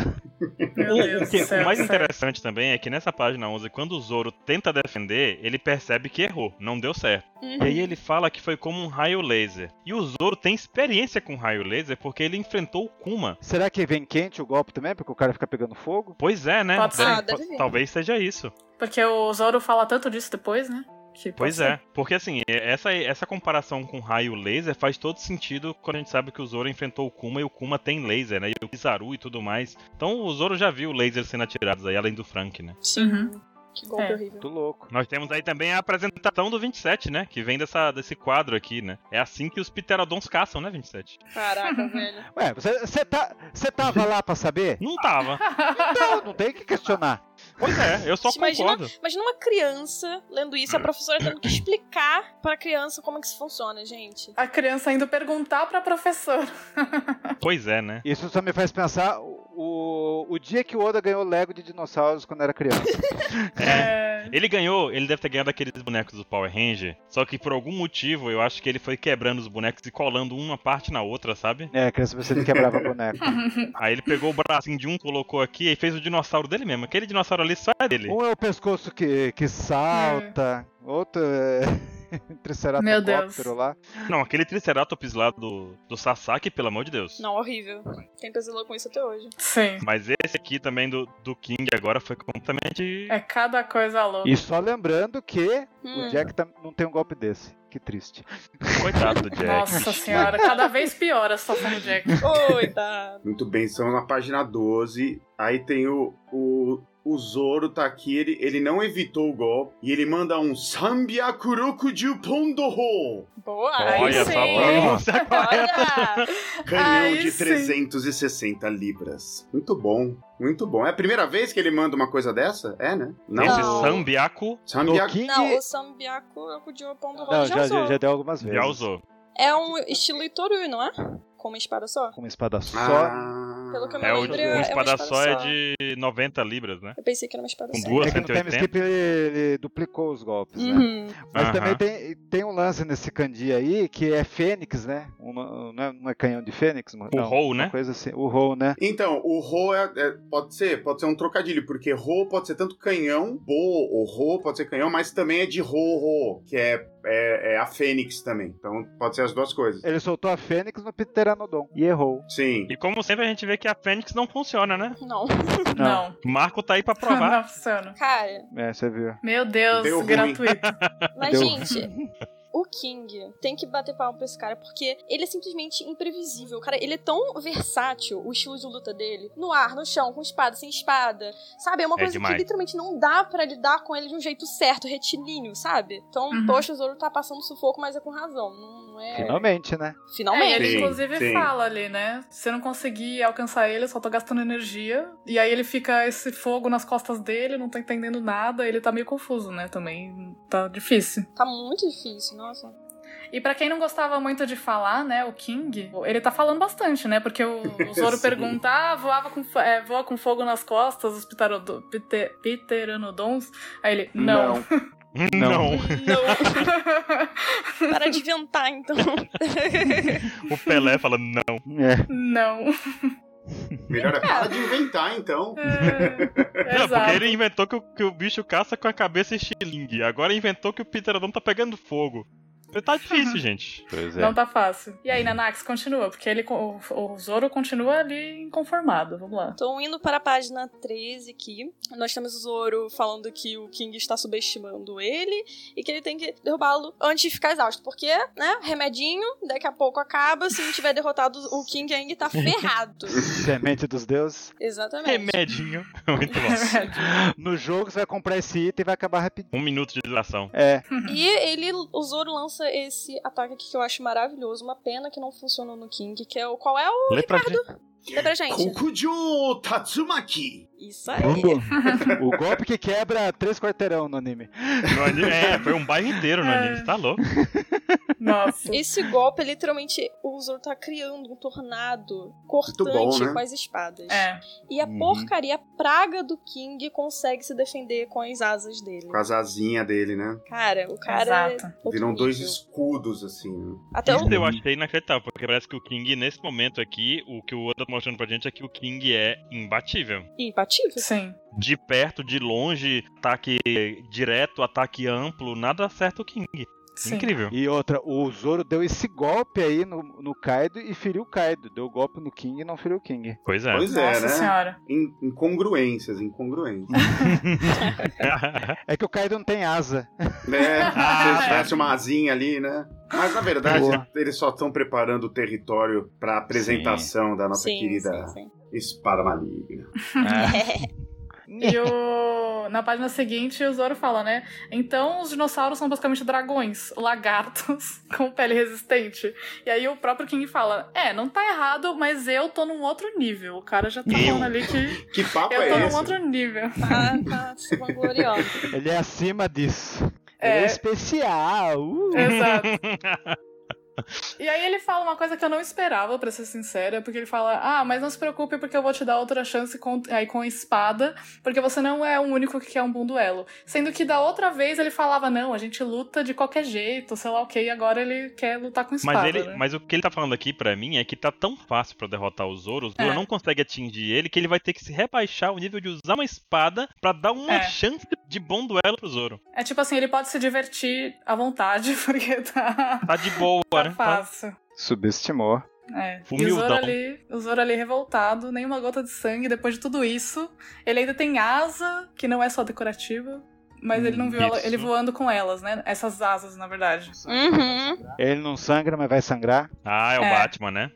Speaker 1: Meu
Speaker 3: O-
Speaker 1: Deus
Speaker 3: o, que-
Speaker 1: do céu.
Speaker 3: o mais
Speaker 1: sério.
Speaker 3: interessante também é que nessa página 11, quando o Zoro tenta defender, ele percebe que errou, não deu certo. E
Speaker 2: Uhum.
Speaker 3: aí ele fala que foi como um raio laser. E o Zoro tem experiência com raio laser porque ele enfrentou o Kuma.
Speaker 4: Será que vem quente o golpe também? Porque o cara fica pegando fogo?
Speaker 3: Pois é, né?
Speaker 1: Pode ser.
Speaker 2: Ah, deve ser.
Speaker 3: Talvez seja isso.
Speaker 1: Porque o Zoro fala tanto disso depois, né? Que
Speaker 3: Pois
Speaker 1: pode
Speaker 3: é. Porque assim, essa, essa comparação com raio laser faz todo sentido quando a gente sabe que o Zoro enfrentou o Kuma e o Kuma tem laser, né? E o Kizaru e tudo mais. Então o Zoro já viu laser sendo atirados aí, além do Frank, né?
Speaker 1: ser. Uhum.
Speaker 2: Que golpe
Speaker 1: É.
Speaker 2: horrível.
Speaker 4: Tô louco.
Speaker 3: Nós temos aí também a apresentação do 27, né? Que vem dessa, desse quadro aqui, né? É assim que os pterodons caçam, né, 27?
Speaker 2: Caraca, velho.
Speaker 4: Ué, você você tá, você tava lá pra saber?
Speaker 3: Não tava. é.
Speaker 4: Não, não tem o que questionar.
Speaker 3: Pois é, eu só
Speaker 2: Imagina-
Speaker 3: concordo.
Speaker 2: Imagina uma criança lendo isso, a professora tendo que explicar pra criança como é que isso funciona, gente.
Speaker 1: A criança indo perguntar pra professora.
Speaker 3: Pois é, né?
Speaker 4: Isso só me faz pensar o, o dia que o Oda ganhou Lego de dinossauros quando era criança.
Speaker 1: É.
Speaker 3: Ele ganhou, ele deve ter ganhado aqueles bonecos do Power Ranger. Só que por algum motivo eu acho que ele foi quebrando os bonecos e colando uma parte na outra, sabe?
Speaker 4: É, criança você quebrava boneco.
Speaker 1: Uhum.
Speaker 3: Aí ele pegou o bracinho de um, colocou aqui e fez o dinossauro dele mesmo. Aquele dinossauro ali só é dele.
Speaker 4: Um é o pescoço que, que salta, outro é
Speaker 1: Meu Deus.
Speaker 4: triceratopóptero lá.
Speaker 3: Não, aquele triceratops lá do, do Sasaki, pelo amor de Deus.
Speaker 2: Não, horrível. Tem pesadelo com isso até hoje.
Speaker 1: Sim.
Speaker 3: Mas esse aqui também do, do King agora foi completamente.
Speaker 1: É cada coisa louca.
Speaker 4: E só lembrando que
Speaker 2: Hum.
Speaker 4: o Jack tam- não tem um golpe desse. Que triste.
Speaker 3: Coitado do Jack.
Speaker 1: Nossa senhora, cada vez pior a situação do Jack.
Speaker 2: Oi, tá.
Speaker 5: Muito bem, estamos na página 12. Aí tem o, o, o Zoro tá aqui, ele, ele não evitou o golpe e ele manda um Sambia Kuroku Pondoho!
Speaker 2: Boa.
Speaker 3: Olha tá
Speaker 1: Aí
Speaker 3: só, é
Speaker 1: sim.
Speaker 3: pra
Speaker 2: Olha!
Speaker 5: Canhão
Speaker 1: Aí
Speaker 5: de
Speaker 1: sim.
Speaker 5: 360 libras. Muito bom, muito bom. É a primeira vez que ele manda uma coisa dessa? É, né? Não.
Speaker 3: Esse
Speaker 2: Não.
Speaker 3: Sambiaco
Speaker 4: O
Speaker 5: Sambiaku-
Speaker 4: King.
Speaker 2: Não, o Sambiaco é o de Pão do
Speaker 4: Não,
Speaker 2: Rock.
Speaker 4: já,
Speaker 2: Já,
Speaker 4: já,
Speaker 2: usou.
Speaker 4: já deu algumas vezes.
Speaker 3: já usou.
Speaker 2: É um estilo Itoru, não é? Com uma espada só?
Speaker 4: Com uma espada só.
Speaker 5: Ah.
Speaker 2: Pelo que eu me
Speaker 3: É, o,
Speaker 2: lembro,
Speaker 4: um
Speaker 2: é
Speaker 3: um
Speaker 2: uma
Speaker 3: espada só é
Speaker 2: só.
Speaker 3: de 90 libras, né?
Speaker 2: Eu pensei que era uma espada
Speaker 3: Com
Speaker 2: só.
Speaker 3: duas,
Speaker 4: É que no time
Speaker 3: 180.
Speaker 4: skip ele, ele duplicou os golpes, né?
Speaker 2: Uhum.
Speaker 4: Mas
Speaker 3: Aham.
Speaker 4: também tem, tem um lance nesse Kandi aí, que é Fênix, né? Um- não, é, não é canhão de Fênix, mano?
Speaker 3: O
Speaker 4: Não,
Speaker 3: Hou,
Speaker 4: uma
Speaker 3: né?
Speaker 4: coisa assim. O Hou, né?
Speaker 5: Então, o Ro é, é- pode ser, pode ser um trocadilho, porque Ro pode ser tanto canhão, Bo ou Ro pode ser canhão, mas também é de Ro-Ro, que é, é, é a Fênix também. Então pode ser as duas coisas.
Speaker 4: Ele soltou a Fênix no Pteranodon e errou.
Speaker 5: Sim.
Speaker 3: E como sempre, a gente vê que a Fênix não funciona, né?
Speaker 2: Não.
Speaker 1: Não.
Speaker 3: Marco tá aí pra provar.
Speaker 1: Não funciona.
Speaker 2: Cara,
Speaker 4: É, você viu.
Speaker 1: Meu Deus,
Speaker 5: Deu ruim.
Speaker 1: gratuito.
Speaker 2: mas,
Speaker 4: Deu.
Speaker 2: gente. O King tem que bater palma pra esse cara, porque ele é simplesmente imprevisível. Cara, ele é tão versátil, o estilo de luta dele. No ar, no chão, com espada, sem espada. Sabe? É uma
Speaker 3: É
Speaker 2: coisa
Speaker 3: demais.
Speaker 2: que literalmente não dá pra lidar com ele de um jeito certo, retilíneo, sabe? Então,
Speaker 1: Uhum.
Speaker 2: poxa, o Zoro tá passando sufoco, mas é com razão. Não não é.
Speaker 4: Finalmente, né?
Speaker 1: É,
Speaker 2: Finalmente.
Speaker 1: ele
Speaker 5: Sim,
Speaker 1: inclusive
Speaker 5: sim.
Speaker 1: fala ali, né? Se eu não conseguir alcançar ele, eu só tô gastando energia. E aí ele fica esse fogo nas costas dele, não tá entendendo nada, ele tá meio confuso, né? Também tá difícil.
Speaker 4: É.
Speaker 2: Tá muito difícil, nossa.
Speaker 1: E pra quem não gostava muito de falar, né, o King, ele tá falando bastante, né? Porque o, o Zoro
Speaker 5: Sim.
Speaker 1: pergunta, ah, voava com, fo- é, voa com fogo nas costas, os pitarodo- pite- pteranodons. Aí ele, não.
Speaker 3: Não.
Speaker 2: Não. Para de inventar, então.
Speaker 3: O Pelé fala não.
Speaker 4: É.
Speaker 1: Não.
Speaker 5: Melhor é para de inventar, então.
Speaker 1: É,
Speaker 3: Não,
Speaker 1: exato.
Speaker 3: porque ele inventou que o, que o bicho caça com a cabeça em xilingue. Agora inventou que o Pterodon tá pegando fogo. Tá difícil, gente.
Speaker 4: Pois
Speaker 1: Não tá fácil. E
Speaker 5: Hum.
Speaker 1: aí, Nanax, continua, porque ele, o, o Zoro continua ali inconformado. Vamos lá.
Speaker 2: Então, indo para a página 13 aqui, nós temos o Zoro falando que o King está subestimando ele e que ele tem que derrubá-lo antes de ficar exausto. Porque, né, remedinho, daqui a pouco acaba, se não tiver derrotado, o King ainda tá ferrado.
Speaker 4: Semente dos deuses.
Speaker 2: Exatamente.
Speaker 3: Remedinho. Muito
Speaker 1: É
Speaker 3: bom.
Speaker 4: No jogo você vai comprar esse item e vai acabar rapidinho.
Speaker 3: Um minuto de duração.
Speaker 4: É,
Speaker 2: E ele, o Zoro lança esse ataque aqui que eu acho maravilhoso, uma pena que não funcionou no King, que é o... Qual é o...
Speaker 3: Lê pra
Speaker 2: Lê pra gente.
Speaker 5: Kokujo Tatsumaki.
Speaker 2: Isso aí.
Speaker 4: o golpe que quebra três quarteirão no anime.
Speaker 3: No anime- É, foi um bairro inteiro no
Speaker 1: É.
Speaker 3: anime, tá louco.
Speaker 1: Nossa.
Speaker 2: Esse golpe é literalmente o Zoro tá criando um tornado cortante
Speaker 5: bom, né?
Speaker 2: com as espadas.
Speaker 1: É.
Speaker 2: E a
Speaker 4: Uhum.
Speaker 2: porcaria, a praga do King consegue se defender com as asas dele.
Speaker 5: Com as asinhas dele, né?
Speaker 2: Cara, o cara.
Speaker 1: Exato.
Speaker 2: é outro
Speaker 5: Viram dois
Speaker 2: nível.
Speaker 5: escudos, assim. né?
Speaker 2: Até
Speaker 1: Então-
Speaker 2: o...
Speaker 3: Isso eu achei inacreditável, porque parece que o King, nesse momento aqui, o que o Oda tá mostrando pra gente é que o King é imbatível.
Speaker 2: imbatível.
Speaker 1: Sim.
Speaker 3: De perto, de longe, ataque direto, ataque amplo, nada acerta o King.
Speaker 1: Sim.
Speaker 3: Incrível.
Speaker 4: E outra, o Zoro deu esse golpe aí no, no Kaido e feriu o Kaido. Deu o golpe no King e não feriu o King.
Speaker 3: Pois é.
Speaker 5: Pois é,
Speaker 1: Nossa
Speaker 5: né?
Speaker 1: senhora.
Speaker 5: In- incongruências, incongruências.
Speaker 4: É que o Kaido não tem asa.
Speaker 5: né?
Speaker 3: Ah,
Speaker 5: Se tivesse uma asinha ali, né? Mas na verdade,
Speaker 4: Boa.
Speaker 5: eles só estão preparando o território pra apresentação da nossa
Speaker 2: Sim,
Speaker 5: querida
Speaker 2: sim, sim.
Speaker 5: espada maligna.
Speaker 1: E o... na página seguinte, o Zoro fala, né? Então, os dinossauros são basicamente dragões, lagartos, com pele resistente. E aí, o próprio King fala: É, não tá errado, mas eu tô num outro nível. O cara já tá
Speaker 3: Eu.
Speaker 1: falando ali que
Speaker 5: Que papo
Speaker 1: eu tô
Speaker 5: é
Speaker 1: num
Speaker 5: esse?
Speaker 1: outro nível.
Speaker 2: Tá, tá se vangloriando.
Speaker 4: Ele é acima disso. Ele
Speaker 1: É.
Speaker 4: é especial. uh.
Speaker 1: Exato. E aí ele fala uma coisa que eu não esperava, pra ser sincera, porque ele fala: Ah, mas não se preocupe, porque eu vou te dar outra chance com, aí, com a espada, porque você não é o único que quer um bom duelo. Sendo que da outra vez ele falava: Não, a gente luta de qualquer jeito, sei lá o que, e agora ele quer lutar com espada.
Speaker 3: Mas, ele,
Speaker 1: né?
Speaker 3: mas o que ele tá falando aqui pra mim é que tá tão fácil pra derrotar o Zoro, o Zoro
Speaker 1: É.
Speaker 3: não consegue atingir ele, que ele vai ter que se rebaixar o nível de usar uma espada pra dar uma
Speaker 1: É.
Speaker 3: chance de bom duelo pro Zoro.
Speaker 1: É tipo assim: ele pode se divertir à vontade, porque tá,
Speaker 3: Tá de boa,
Speaker 1: tá
Speaker 3: né? Tá-
Speaker 1: fácil.
Speaker 4: Subestimou.
Speaker 1: É. E o
Speaker 3: Humildão.
Speaker 1: Zoro, ali, o Zoro ali revoltado, nenhuma gota de sangue depois de tudo isso. Ele ainda tem asa, que não é só decorativa, mas ele não viu ela-
Speaker 3: Isso.
Speaker 1: ele voando com elas, né? Essas asas, na verdade.
Speaker 2: Uhum.
Speaker 4: Ele não sangra, mas vai sangrar.
Speaker 3: Ah, é o
Speaker 1: É.
Speaker 3: Batman, né?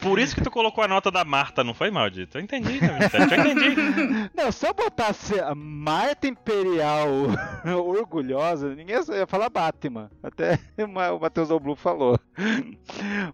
Speaker 3: Por isso que tu colocou a nota da Marta, não foi, maldito? Eu entendi, né, Vicente? eu entendi.
Speaker 4: Não, se eu botasse a Marta Imperial orgulhosa, ninguém ia- ia falar Batman. Até o Matheus Oblu falou.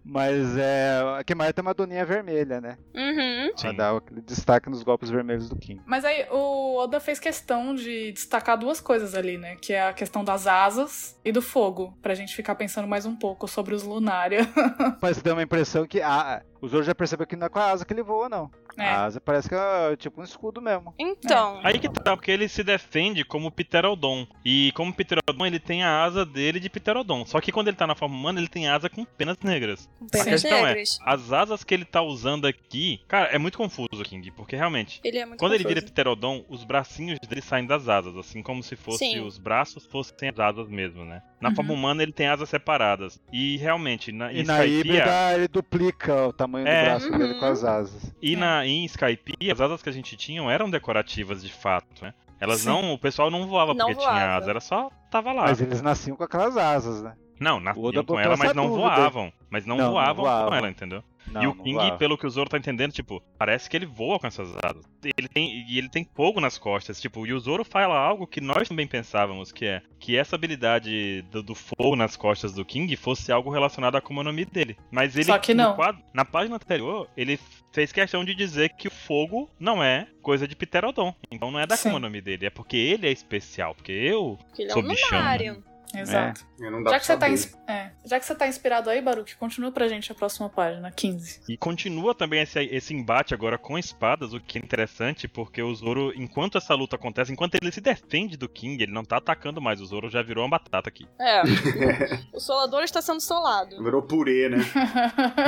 Speaker 4: Mas é que Marta é uma doninha vermelha, né?
Speaker 2: Uhum.
Speaker 3: Sim.
Speaker 4: Ela dá aquele destaque nos golpes vermelhos do King.
Speaker 1: Mas aí o Oda fez questão de destacar duas coisas ali, né? Que é a questão das asas e do fogo, pra gente ficar pensando mais um pouco sobre os Lunária.
Speaker 4: Mas dá uma impressão que ah, o Zoro já percebeu que não é com a asa que ele voa, não.
Speaker 1: É.
Speaker 4: A asa parece que é tipo um escudo mesmo.
Speaker 2: Então.
Speaker 3: Aí que tá, porque ele se defende como Pterodon. E como Pterodon, ele tem a asa dele de Pterodon. Só que quando ele tá na forma humana, ele tem asa com penas negras.
Speaker 2: Com
Speaker 3: A
Speaker 2: penas
Speaker 3: questão é,
Speaker 2: negras.
Speaker 3: as asas que ele tá usando aqui, cara, é muito confuso, King, porque realmente.
Speaker 2: Ele é muito
Speaker 3: Quando ele
Speaker 2: confuso.
Speaker 3: vira pterodon, os bracinhos dele saem das asas, assim como se fosse
Speaker 2: Sim.
Speaker 3: os braços fossem as asas mesmo, né? Na
Speaker 2: Uhum.
Speaker 3: forma humana ele tem asas separadas. E realmente, na, em
Speaker 4: E na
Speaker 3: Skypiea-
Speaker 4: híbrida ele duplica o tamanho
Speaker 3: É.
Speaker 4: do braço dele
Speaker 2: Uhum.
Speaker 4: com as asas.
Speaker 3: E na, em Skype, as asas que a gente tinha eram decorativas de fato, né? Elas não. O pessoal não voava
Speaker 2: Não
Speaker 3: porque tinha
Speaker 2: voava.
Speaker 3: asa, era só. tava lá.
Speaker 4: Mas eles nasciam com aquelas asas, né?
Speaker 3: Não,
Speaker 4: O Oda
Speaker 3: nasciam com
Speaker 4: botou
Speaker 3: ela, mas
Speaker 4: essa
Speaker 3: não
Speaker 4: dúvida.
Speaker 3: voavam. Mas não,
Speaker 4: Não, não
Speaker 3: voavam, com
Speaker 4: voavam.
Speaker 3: ela, entendeu?
Speaker 4: Não,
Speaker 3: e o
Speaker 4: não
Speaker 3: King,
Speaker 4: voava.
Speaker 3: pelo que o Zoro tá entendendo, tipo, parece que ele voa com essas asas. Ele tem, e ele tem fogo nas costas, tipo, e o Zoro fala algo que nós também pensávamos, que é que essa habilidade do, do fogo nas costas do King fosse algo relacionado à Akuma no Mi dele. Mas ele,
Speaker 1: Só que
Speaker 3: no
Speaker 1: não.
Speaker 3: quadro- na página anterior, ele fez questão de dizer que o fogo não é coisa de Pterodon. Então não é da
Speaker 1: Sim.
Speaker 3: Akuma no Mi dele, é porque ele é especial, porque eu...
Speaker 2: Porque ele é
Speaker 3: Sou
Speaker 2: um
Speaker 3: bichão,
Speaker 2: Lunarian.
Speaker 3: né?
Speaker 1: Exato.
Speaker 5: É, não
Speaker 1: Já,
Speaker 5: dá pra
Speaker 1: que você tá
Speaker 5: saber.
Speaker 1: ins- é. Já que você tá inspirado aí, Baruque, continua pra gente a próxima página, 15.
Speaker 3: E continua também esse, esse embate agora com espadas, o que é interessante, porque o Zoro, enquanto essa luta acontece, enquanto ele se defende do King, ele não tá atacando mais, o Zoro já virou uma batata aqui.
Speaker 2: É. o solador está sendo solado.
Speaker 5: Virou purê, né?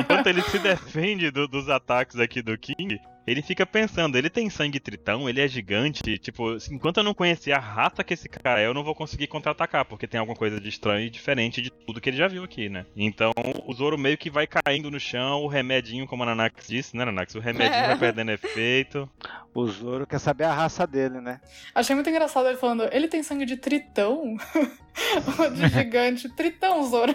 Speaker 3: Enquanto ele se defende do- dos ataques aqui do King, ele fica pensando, ele tem sangue tritão, ele é gigante, tipo, se- enquanto eu não conhecer a rata que esse cara é, eu não vou conseguir contra-atacar, porque tem alguma coisa de estranho e diferente de tudo que ele já viu aqui, né? Então, o Zoro meio que vai caindo no chão, o remedinho, como a Nanax disse, né, Nanax? O remedinho
Speaker 2: É.
Speaker 3: vai perdendo efeito.
Speaker 4: O Zoro quer saber a raça dele, né?
Speaker 1: Achei muito engraçado ele falando, ele tem sangue de tritão? Ou de gigante? Tritão, Zoro.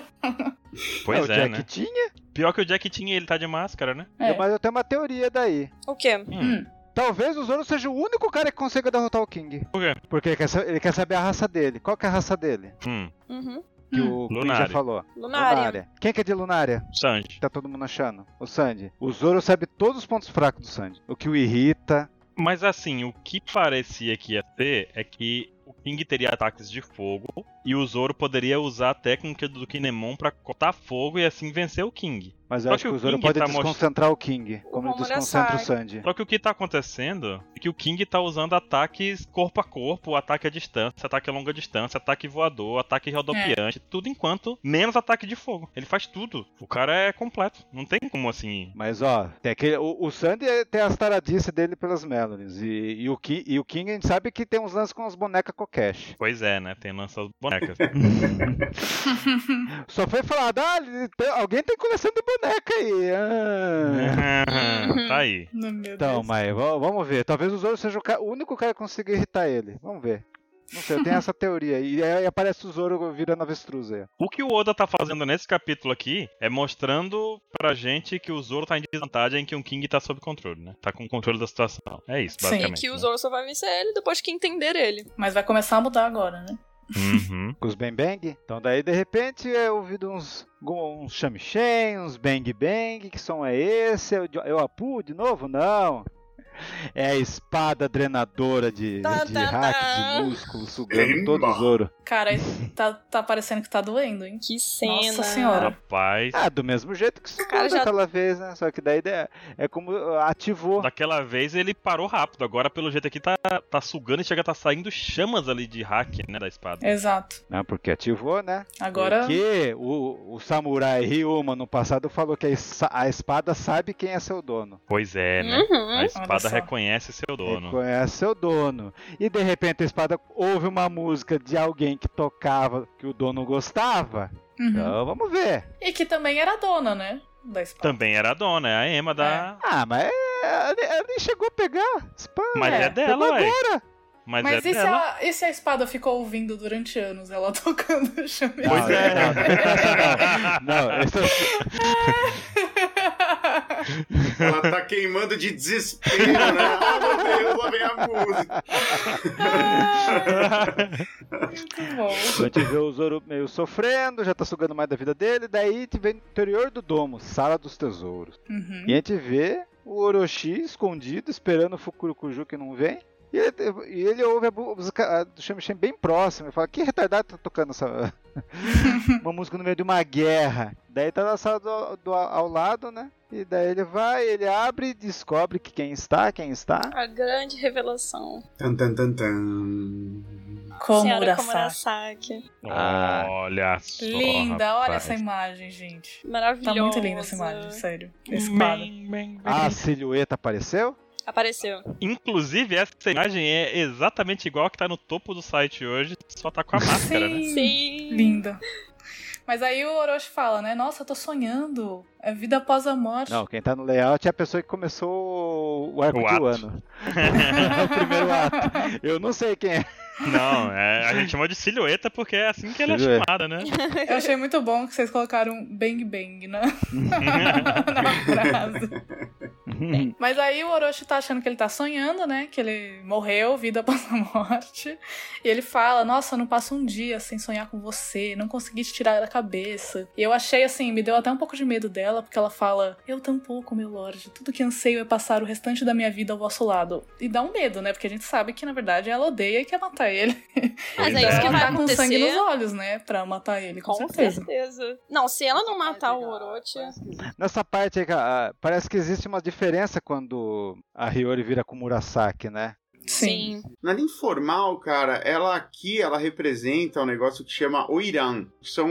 Speaker 3: Pois
Speaker 4: o
Speaker 3: é,
Speaker 4: Jack
Speaker 3: né?
Speaker 4: tinha.
Speaker 3: Pior que o Jack tinha ele tá de máscara, né?
Speaker 1: É.
Speaker 4: Mas eu tenho uma teoria daí.
Speaker 2: O quê?
Speaker 3: Hum.
Speaker 4: Talvez o Zoro seja o único cara que consiga derrotar o King.
Speaker 3: Por quê?
Speaker 4: Porque ele quer, sa- ele quer saber a raça dele. Qual que é a raça dele?
Speaker 3: Hum.
Speaker 2: Uhum.
Speaker 4: Que
Speaker 1: Hum.
Speaker 4: o Queen já
Speaker 3: Lunária.
Speaker 4: falou.
Speaker 2: Lunarian.
Speaker 4: Quem que é de Lunária?
Speaker 3: Sanji.
Speaker 4: Que tá todo mundo achando? O Sandy. O Zoro sabe todos os pontos fracos do Sandy. O que o irrita.
Speaker 3: Mas assim, o que parecia que ia ter é que o King teria ataques de fogo e o Zoro poderia usar a técnica do Kinemon pra cortar fogo e assim vencer o King.
Speaker 4: Mas
Speaker 3: Só
Speaker 4: eu acho
Speaker 3: que
Speaker 4: que,
Speaker 3: o
Speaker 4: o Zoro
Speaker 3: King
Speaker 4: pode
Speaker 3: tá
Speaker 4: desconcentrar o King. Como ele
Speaker 2: Romulo
Speaker 4: desconcentra o
Speaker 2: sai.
Speaker 4: Sandy.
Speaker 3: Só que o que tá acontecendo é que o King tá usando ataques corpo a corpo, ataque à distância, ataque a longa distância, ataque voador, ataque rodopiante, tudo enquanto menos ataque de fogo. Ele faz tudo. O cara é completo. Não tem como assim.
Speaker 4: Mas ó, tem aquele, o, o Sandy é- tem as taradices dele pelas Melonies. E, e o King, e o King a gente sabe que tem uns lances com as bonecas Kokesh.
Speaker 3: Pois é, né? Tem lança as bonecas.
Speaker 4: Só foi falado, ah, ele tem- alguém tem coleção de boneca aí.
Speaker 3: É.
Speaker 4: ah.
Speaker 1: Uhum.
Speaker 3: Aham, tá aí.
Speaker 1: Meu Deus.
Speaker 4: Então, mas va- vamos ver. Talvez o Zoro seja o, ca- o único cara que consiga irritar ele. Vamos ver. Não sei, eu tenho essa teoria. E aí aparece o Zoro virando avestruz aí.
Speaker 3: O que o Oda tá fazendo nesse capítulo aqui é mostrando pra gente que o Zoro tá em desvantagem que o King tá sob controle, né? Tá com o controle da situação. É isso,
Speaker 1: Sim.
Speaker 2: E
Speaker 3: basicamente.
Speaker 2: que o
Speaker 3: né?
Speaker 2: Zoro só vai vencer ele depois que entender ele.
Speaker 1: Mas vai começar a mudar agora, né?
Speaker 3: Uhum.
Speaker 4: Com os Bang Bang. Então daí, de repente, é ouvido uns, uns Shamshen, uns Bang Bang. Que som é esse? É o, de- é o Apu de novo? Não. É a espada drenadora de,
Speaker 2: Tá,
Speaker 4: de
Speaker 2: tá,
Speaker 4: hack,
Speaker 2: tá.
Speaker 4: de músculo, sugando
Speaker 5: Emba.
Speaker 4: todo o Zoro.
Speaker 1: Cara, tá, tá parecendo que tá doendo, hein?
Speaker 2: Que cena.
Speaker 1: Nossa senhora.
Speaker 3: Rapaz,
Speaker 4: Ah, do mesmo jeito que o
Speaker 2: cara já-
Speaker 4: daquela vez, né? Só que daí é, é como uh, ativou.
Speaker 3: daquela vez ele parou rápido. Agora, pelo jeito aqui, tá, tá sugando e chega a tá saindo chamas ali de hack, né? Da
Speaker 1: É.
Speaker 3: espada.
Speaker 1: Exato.
Speaker 4: Não, porque ativou, né?
Speaker 1: Agora.
Speaker 4: Porque o, o samurai Ryuma no passado falou que a, es- a espada sabe quem é seu dono.
Speaker 3: Pois é, né?
Speaker 2: Uhum.
Speaker 3: A
Speaker 1: Olha
Speaker 3: espada
Speaker 1: só.
Speaker 3: reconhece seu dono.
Speaker 4: Reconhece seu dono. E de repente a espada ouve uma música de alguém que tocava que o dono gostava.
Speaker 1: Uhum.
Speaker 4: Então vamos ver.
Speaker 1: E que também era a dona, né? Da espada.
Speaker 3: Também era a dona, é a Ema da.
Speaker 4: Ah, mas ela nem- ela nem chegou a pegar. Espada.
Speaker 3: Mas é,
Speaker 1: É,
Speaker 3: dela,
Speaker 4: pegou
Speaker 3: ué.
Speaker 4: agora.
Speaker 3: Mas,
Speaker 1: Mas
Speaker 3: é
Speaker 1: e se,
Speaker 3: dela.
Speaker 1: a, e se a espada ficou ouvindo durante anos ela tocando o chamego?
Speaker 3: Pois
Speaker 4: Não,
Speaker 3: é.
Speaker 4: Não, é não, não. Essa-
Speaker 5: Ela tá queimando de desespero, né? Ah, meu Deus, lá vem a música.
Speaker 1: Muito bom.
Speaker 4: A gente vê o Zoro meio sofrendo, já tá sugando mais da vida dele. Daí a gente vê no interior do domo, Sala dos Tesouros.
Speaker 1: Uhum.
Speaker 4: E a gente vê o Orochi escondido, esperando o Fukurukuju que não vem. E ele, e ele ouve a música a do Shamshen bem próximo. Ele fala, que retardado tá tocando essa... uma música no meio de uma guerra. Daí tá na sala do, do- ao lado, né? E daí ele vai, ele abre e descobre que quem está, quem está.
Speaker 2: A grande revelação.
Speaker 5: Tan, tan, tan, tan.
Speaker 1: Como
Speaker 2: Senhora
Speaker 1: Urasaki.
Speaker 2: Komurasaki.
Speaker 4: Ah.
Speaker 3: Olha só.
Speaker 1: é Linda, olha
Speaker 3: rapaz.
Speaker 1: essa imagem, gente.
Speaker 2: Maravilhosa.
Speaker 1: Tá muito linda essa imagem, sério. Espada.
Speaker 3: Bem, bem, bem.
Speaker 4: A silhueta apareceu.
Speaker 2: Apareceu.
Speaker 3: Inclusive, essa imagem é exatamente igual a que tá no topo do site hoje, só tá com a máscara, né?
Speaker 1: Sim.
Speaker 2: Sim.
Speaker 1: Linda. Mas aí o Orochi fala, né? Nossa, eu tô sonhando. É vida após a morte.
Speaker 4: Não, quem tá no layout é a pessoa que começou o arco
Speaker 3: O
Speaker 4: de
Speaker 3: ato.
Speaker 4: Wano. o primeiro ato. Eu não sei quem é.
Speaker 3: Não, é, a gente chama de silhueta porque é assim que ela é
Speaker 4: Silhueta.
Speaker 3: chamada, né?
Speaker 1: Eu achei muito bom que vocês colocaram um bang bang na,
Speaker 3: né?
Speaker 1: na frase. Mas aí o Orochi tá achando que ele tá sonhando, né? Que ele morreu, vida após a morte. E ele fala: Nossa, eu não passo um dia sem sonhar com você, não consegui te tirar da cabeça. E eu achei assim, me deu até um pouco de medo dela, porque ela fala: Eu tampouco, meu lorde, tudo que anseio é passar o restante da minha vida ao vosso lado. E dá um medo, né? Porque a gente sabe que na verdade ela odeia e quer matar ele.
Speaker 2: Mas
Speaker 3: Pois
Speaker 2: é isso
Speaker 3: é.
Speaker 2: que
Speaker 1: ela
Speaker 2: vai
Speaker 1: tá com sangue nos
Speaker 2: acontecer.
Speaker 1: olhos, né? Pra matar ele, com,
Speaker 2: Com
Speaker 1: certeza.
Speaker 2: certeza. Não, se ela não matar o Orochi.
Speaker 4: Nessa parte aí, cara, ah, parece que existe uma diferença quando a Hiyori vira com o Murasaki, né?
Speaker 1: Sim.
Speaker 5: Não é nem formal, cara. Ela aqui, ela representa um negócio que chama Oiran. São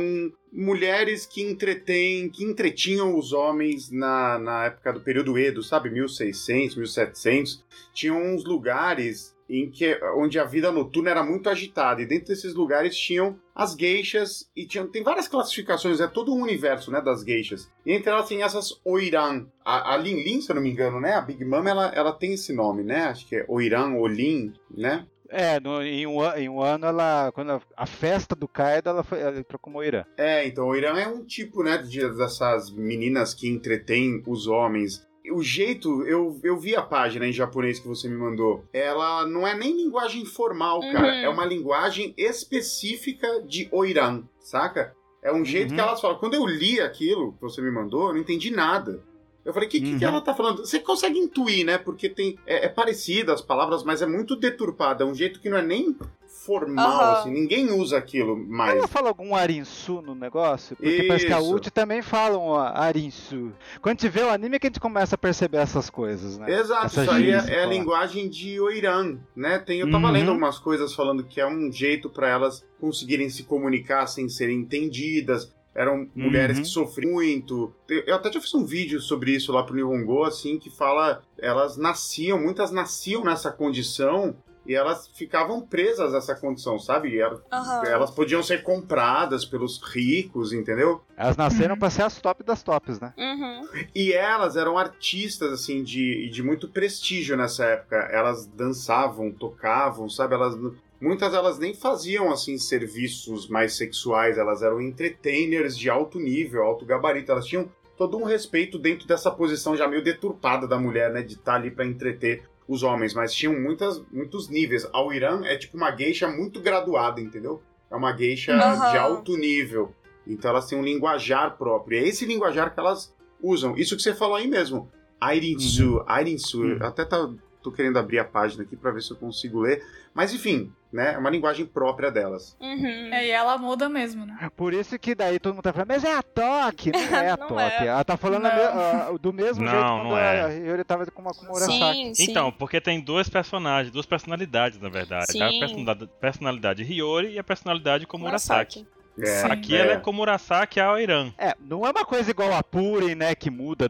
Speaker 5: mulheres que entretêm, que entretinham os homens na, na época do período Edo, sabe? 1600, 1700. Tinham uns lugares em que onde a vida noturna era muito agitada e dentro desses lugares tinham as geixas e tinham tem várias classificações é todo um universo né das geixas e entre elas tem essas oiran a, a Lin Lin se eu não me engano né a Big Mama ela, ela tem esse nome né acho que é oiran olin né
Speaker 4: É, no- em, um, an- em um ano ela. Quando a, a festa do Kaido, ela, foi, ela entrou como Moira.
Speaker 5: é então oiran é um tipo né de, dessas meninas que entretêm os homens o jeito, eu, eu vi a página em japonês que você me mandou. Ela não é nem linguagem formal, cara.
Speaker 2: Uhum.
Speaker 5: É uma linguagem específica de Oiran, saca? É um jeito
Speaker 4: Uhum.
Speaker 5: que elas falam. Quando eu li aquilo que você me mandou, eu não entendi nada. Eu falei, o que, que
Speaker 4: Uhum.
Speaker 5: que ela tá falando? Você consegue intuir, né? Porque tem é, é parecida as palavras, mas é muito deturpada. É um jeito que não é nem formal,
Speaker 2: Aham.
Speaker 5: assim. Ninguém usa aquilo
Speaker 3: Ah,
Speaker 5: mais.
Speaker 4: Ela fala algum arinsu no negócio? Porque parece que a
Speaker 5: Isso.
Speaker 4: Uchi também falam ó, arinsu. Quando a gente vê o anime é que a gente começa a perceber essas coisas, né?
Speaker 5: Exato,
Speaker 4: Essa
Speaker 5: isso aí
Speaker 4: gíria,
Speaker 5: é, é a
Speaker 4: falar.
Speaker 5: linguagem de Oiran, né? Tem, eu tava
Speaker 4: Uhum.
Speaker 5: lendo algumas coisas falando que é um jeito para elas conseguirem se comunicar sem serem entendidas. Eram
Speaker 4: Uhum.
Speaker 5: mulheres que sofriam muito. Eu eu até já fiz um vídeo sobre isso lá pro Nihongo, assim, que fala... Elas nasciam, muitas nasciam nessa condição e elas ficavam presas a essa condição, sabe? E elas-
Speaker 2: Aham.
Speaker 1: Ah.
Speaker 5: elas podiam ser compradas pelos ricos, entendeu?
Speaker 4: Elas nasceram pra ser as top das tops, né?
Speaker 2: Uhum.
Speaker 5: E elas eram artistas, assim, de, de muito prestígio nessa época. Elas dançavam, tocavam, sabe? Elas, muitas elas nem faziam, assim, serviços mais sexuais. Elas eram entertainers de alto nível, alto gabarito. Elas tinham todo um respeito dentro dessa posição já meio deturpada da mulher, né? De estar ali para entreter os homens. Mas tinham muitas, muitos níveis. A Irã é tipo uma geisha muito graduada, entendeu? É uma geisha
Speaker 2: Aham.
Speaker 5: de alto nível. Então elas têm um linguajar próprio. E é esse linguajar que elas usam. Isso que você falou aí mesmo. Airinsu, Airinsu.
Speaker 3: Uhum.
Speaker 5: Eu até tá, tô querendo abrir a página aqui para ver se eu consigo ler. Mas enfim, né? É uma linguagem própria delas.
Speaker 2: Uhum.
Speaker 1: É, e ela muda mesmo, né?
Speaker 4: Por isso que daí todo mundo tá falando, mas é a Toque! Não é a
Speaker 2: Não
Speaker 4: Toque.
Speaker 2: é.
Speaker 4: Ela tá falando a
Speaker 1: Não.
Speaker 4: me- a- do mesmo
Speaker 3: Não,
Speaker 4: jeito
Speaker 3: não
Speaker 4: quando
Speaker 3: é.
Speaker 4: a Hiyori tava com uma Kumurasaki.
Speaker 2: Sim, sim.
Speaker 3: Então, porque tem dois personagens, duas personalidades, na verdade.
Speaker 2: Sim.
Speaker 3: A personalidade, personalidade Hiyori e a personalidade Komurasaki.
Speaker 2: Murasaki.
Speaker 5: É,
Speaker 1: Sim.
Speaker 3: Aqui ela é Komurasaki ao Irã.
Speaker 4: É, não é uma coisa igual a Purim, né, que muda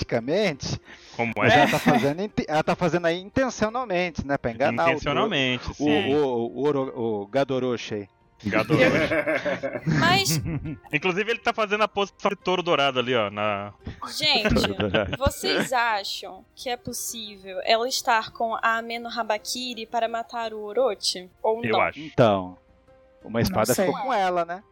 Speaker 4: drasticamente,
Speaker 3: Como
Speaker 4: mas
Speaker 3: é,
Speaker 4: ela tá fazendo, inte- ela tá fazendo aí intencionalmente, né, pra enganar o-
Speaker 3: intencionalmente.
Speaker 4: o,
Speaker 3: sim.
Speaker 4: o, o, o, Oro- o Gadoroshi aí.
Speaker 3: Gador. é
Speaker 2: Mas,
Speaker 3: Inclusive, ele tá fazendo a posição de touro dourado ali, ó. Na...
Speaker 2: gente, vocês acham que é possível ela estar com a Ameno Habakiri para matar o Orochi? Ou
Speaker 3: Eu
Speaker 2: não?
Speaker 3: acho.
Speaker 4: Então, uma espada
Speaker 1: sei.
Speaker 4: ficou com ela, né?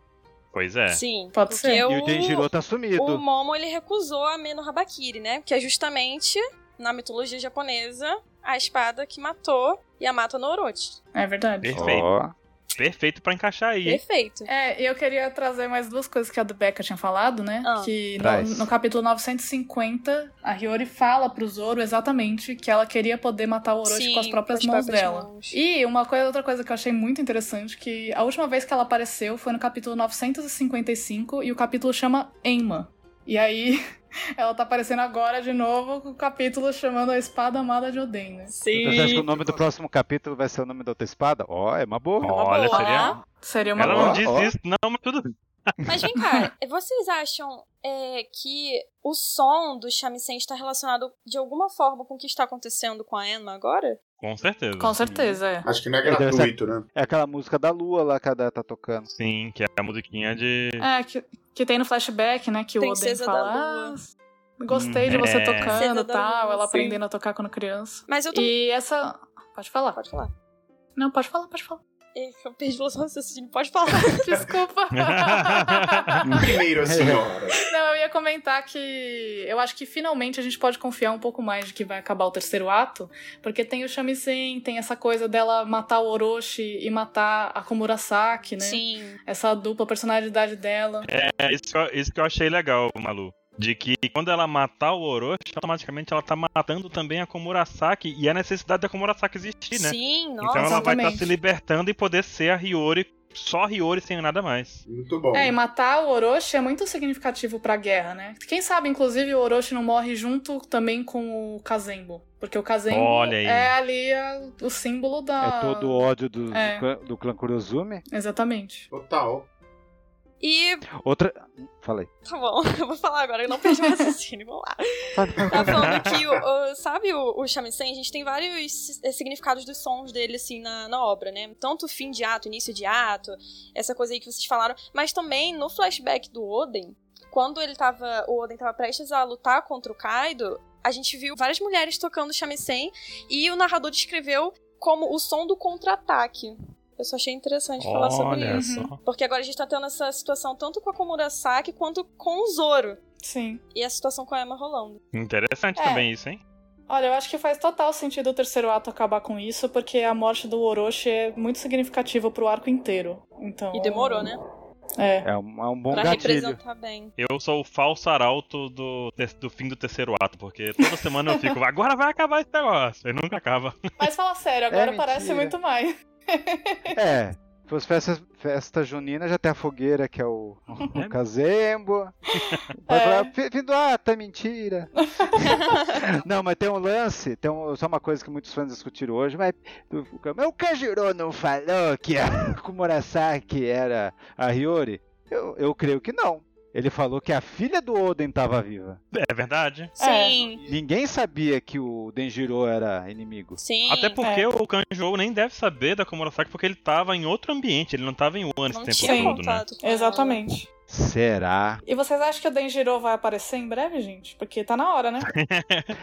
Speaker 3: Pois é.
Speaker 2: Sim.
Speaker 1: Pode
Speaker 2: porque
Speaker 1: ser.
Speaker 2: O,
Speaker 4: E o Denjiro tá
Speaker 2: o
Speaker 4: sumido.
Speaker 2: Momo ele recusou a Ameno Habakiri, né? Que é justamente, na mitologia japonesa, a espada que matou e a mata no Orochi.
Speaker 1: É verdade.
Speaker 3: Perfeito.
Speaker 4: Ó.
Speaker 3: Perfeito pra encaixar aí, hein?
Speaker 2: Perfeito.
Speaker 1: É, e eu queria trazer mais duas coisas que a do Becca tinha falado, né?
Speaker 2: Ah.
Speaker 1: que no,
Speaker 4: Traz.
Speaker 1: no capítulo 950, a Hiyori fala pro Zoro exatamente que ela queria poder matar o Orochi
Speaker 2: Sim,
Speaker 1: com as próprias
Speaker 2: com as
Speaker 1: mãos
Speaker 2: próprias
Speaker 1: dela.
Speaker 2: mãos.
Speaker 1: E uma coisa, outra coisa que eu achei muito interessante, que a última vez que ela apareceu foi no capítulo 955, e o capítulo chama Enma. E aí, ela tá aparecendo agora de novo com o capítulo chamando a espada amada de Oden, né?
Speaker 2: Sim.
Speaker 4: Então, Você acha que o nome do próximo capítulo vai ser o nome da outra espada? Ó, é uma boa.
Speaker 2: uma
Speaker 3: Olha,
Speaker 2: boa.
Speaker 3: seria.
Speaker 1: Seria É uma
Speaker 3: Ela
Speaker 1: boa.
Speaker 3: não
Speaker 4: boa.
Speaker 3: diz
Speaker 4: Ó.
Speaker 3: isso, não, mas tudo bem.
Speaker 2: Mas vem cá, vocês acham é, que o som do shamisen está relacionado de alguma forma com o que está acontecendo com a Emma agora?
Speaker 3: Com certeza.
Speaker 1: Com certeza, é.
Speaker 5: Acho que não é
Speaker 4: Ele deve ser-
Speaker 5: gratuito, né?
Speaker 4: É aquela música da lua lá que a Dé tá tocando.
Speaker 3: Sim, que é a musiquinha de.
Speaker 1: É, que, que tem no flashback, né? Que o Oden
Speaker 2: Princesa
Speaker 1: fala.
Speaker 2: da Lua.
Speaker 1: "Ah, Gostei de
Speaker 3: Hum,
Speaker 1: você
Speaker 3: é.
Speaker 1: tocando
Speaker 2: Princesa
Speaker 1: e
Speaker 2: da
Speaker 1: tal.
Speaker 2: Lua,
Speaker 1: Ela
Speaker 2: sim.
Speaker 1: aprendendo a tocar quando criança.
Speaker 2: Mas eu tô.
Speaker 1: E essa. Pode falar.
Speaker 2: Pode falar.
Speaker 1: Não, pode falar, pode falar.
Speaker 2: Ih, Eu perdi o raciocínio, pode falar.
Speaker 1: Desculpa.
Speaker 5: Primeiro, assim, a senhora.
Speaker 1: Não, eu ia comentar que eu acho que finalmente a gente pode confiar um pouco mais de que vai acabar o terceiro ato, porque tem o Shamisen, tem essa coisa dela matar o Orochi e matar a Komurasaki, né?
Speaker 2: Sim.
Speaker 1: Essa dupla personalidade dela.
Speaker 3: É, isso, que eu- isso que eu achei legal, Malu. De que quando ela matar o Orochi, automaticamente ela tá matando também a Komurasaki e a necessidade da Komurasaki existir, né?
Speaker 2: Sim,
Speaker 3: então
Speaker 2: nossa.
Speaker 3: ela vai estar
Speaker 1: exatamente.
Speaker 3: se libertando e poder ser a Hiyori, só a Hiyori sem nada mais.
Speaker 5: Muito bom.
Speaker 1: É, e matar o Orochi é muito significativo pra guerra, né? Quem sabe, inclusive, o Orochi não morre junto também com o Kazembo. Porque o Kazembo
Speaker 3: Olha aí.
Speaker 1: é ali a- o símbolo da.
Speaker 4: É todo o ódio do, do
Speaker 1: Ah, É.
Speaker 4: clã- do clã Kurozumi.
Speaker 1: Exatamente.
Speaker 5: Total.
Speaker 2: E.
Speaker 4: Outra. Falei.
Speaker 2: Tá bom, eu vou falar agora, eu não perdi o raciocínio, vamos lá. Tá falando que, o, o- sabe o, o shamisen? A gente tem vários si- eh, significados dos sons dele, assim, na, na obra, né? Tanto fim de ato, início de ato, essa coisa aí que vocês falaram. Mas também no flashback do Oden, quando ele tava, o Oden tava prestes a lutar contra o Kaido, a gente viu várias mulheres tocando shamisen e o narrador descreveu como o som do contra-ataque. Eu só achei interessante falar sobre
Speaker 3: Olha
Speaker 2: isso.
Speaker 3: só.
Speaker 2: Porque agora a gente tá tendo essa situação tanto com a Komurasaki quanto com o Zoro.
Speaker 1: Sim.
Speaker 2: E a situação com a Emma rolando.
Speaker 3: Uhum. Interessante
Speaker 1: É.
Speaker 3: também isso, hein?
Speaker 1: Olha, eu acho que faz total sentido o terceiro ato acabar com isso, porque a morte do Orochi é muito significativa pro arco inteiro. Então.
Speaker 2: E demorou, né?
Speaker 1: É.
Speaker 4: É um, é um bom
Speaker 2: pra
Speaker 4: gatilho.
Speaker 2: representar bem.
Speaker 3: Eu sou o falso arauto do, te- do fim do terceiro ato, porque toda semana eu fico, agora vai acabar esse negócio, e nunca acaba.
Speaker 1: Mas fala sério, agora
Speaker 4: É
Speaker 1: parece
Speaker 4: mentira.
Speaker 1: muito mais.
Speaker 4: É. Se fosse festa, festa junina, já tem a fogueira, que é o, o
Speaker 3: É.
Speaker 4: casembo. Vai falar, "Fi- fim do ato, é mentira. não, mas tem um lance, tem um- só uma coisa que muitos fãs discutiram hoje, mas, o- mas o Kajiro não falou que a Kumurasaki era a Hiyori? Eu, eu creio que não. Ele falou que a filha do Oden estava viva.
Speaker 3: É verdade.
Speaker 2: Sim,
Speaker 4: Ninguém sabia que o Denjiro era inimigo.
Speaker 2: sim.
Speaker 3: Até um porque
Speaker 1: É.
Speaker 3: o Kanjou nem deve saber da Komurasaki, porque ele tava em outro ambiente, ele não tava em One esse
Speaker 2: não
Speaker 3: tempo
Speaker 2: tinha
Speaker 3: todo, né?
Speaker 2: contato com ela.
Speaker 1: Exatamente.
Speaker 4: Será?
Speaker 1: E vocês acham que o Denjiro vai aparecer em breve, gente? Porque tá na hora, né?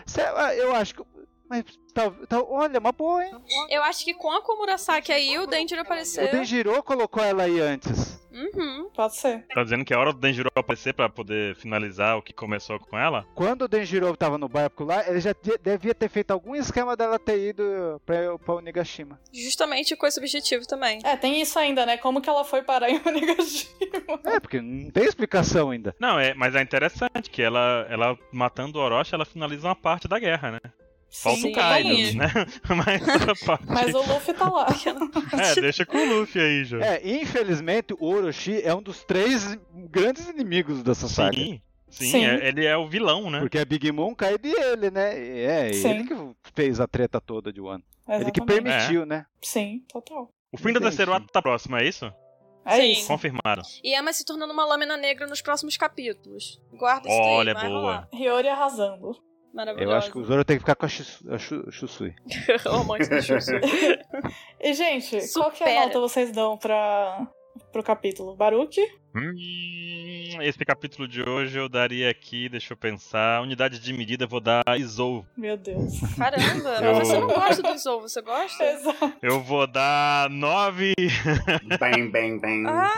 Speaker 4: Será? Eu acho que. Mas tal, tal, olha, uma boa, hein?
Speaker 2: Eu acho que com a Komurasaki aí o Denjiro apareceu.
Speaker 4: O Denjiro colocou ela aí antes.
Speaker 2: Uhum.
Speaker 1: Pode ser.
Speaker 3: Tá dizendo que é hora do Denjiro aparecer pra poder finalizar o que começou com ela?
Speaker 4: Quando o Denjiro tava no barco lá, ele já te- devia ter feito algum esquema dela ter ido pra, pra Onigashima.
Speaker 2: Justamente com esse objetivo também.
Speaker 1: É, tem isso ainda, né? Como que ela foi parar em Onigashima?
Speaker 4: É, porque não tem explicação ainda.
Speaker 3: Não, é, mas é interessante que ela, ela matando o Orochi, ela finaliza uma parte da guerra, né? Falta
Speaker 1: Sim,
Speaker 3: o Kaido,
Speaker 1: totalmente.
Speaker 3: né? Mas essa parte.
Speaker 1: Mas o Luffy tá lá.
Speaker 3: É, deixa com o Luffy aí, Jô.
Speaker 4: É, infelizmente, o Orochi é um dos três grandes inimigos dessa saga.
Speaker 3: sim, sim,
Speaker 1: Sim.
Speaker 3: é- ele é o vilão, né?
Speaker 4: Porque a Big Mom cai de ele, né? E É,
Speaker 1: Sim.
Speaker 4: ele que fez a treta toda de Wano. Ele que
Speaker 1: Exatamente.
Speaker 4: permitiu, né?
Speaker 1: Sim, total.
Speaker 3: O fim do
Speaker 4: Entendi.
Speaker 3: terceiro ato tá próximo, é isso?
Speaker 1: É
Speaker 2: Sim.
Speaker 1: isso.
Speaker 3: Confirmado.
Speaker 2: E Emma se tornando uma lâmina negra nos próximos capítulos. Guarda isso daí,
Speaker 3: Olha, é
Speaker 2: vai
Speaker 3: boa.
Speaker 2: rolar.
Speaker 1: Hiyori arrasando.
Speaker 2: Maravilhoso.
Speaker 4: Eu acho que o Zoro tem que ficar com a, Shis- a Shu- Shusui.
Speaker 2: o romance do Shusui.
Speaker 1: E, gente, qual que é a
Speaker 2: Supera.
Speaker 1: nota vocês dão pra... pro capítulo? Baruki?
Speaker 3: Hum, Esse capítulo de hoje eu daria aqui, deixa eu pensar. Unidade de medida, eu vou dar Izou.
Speaker 1: Meu Deus.
Speaker 2: Caramba,
Speaker 3: Eu-
Speaker 2: mas você não gosta do Zou, você gosta?
Speaker 1: Exato.
Speaker 3: Eu vou dar nove.
Speaker 5: Bem, bem, bem.
Speaker 2: Ah,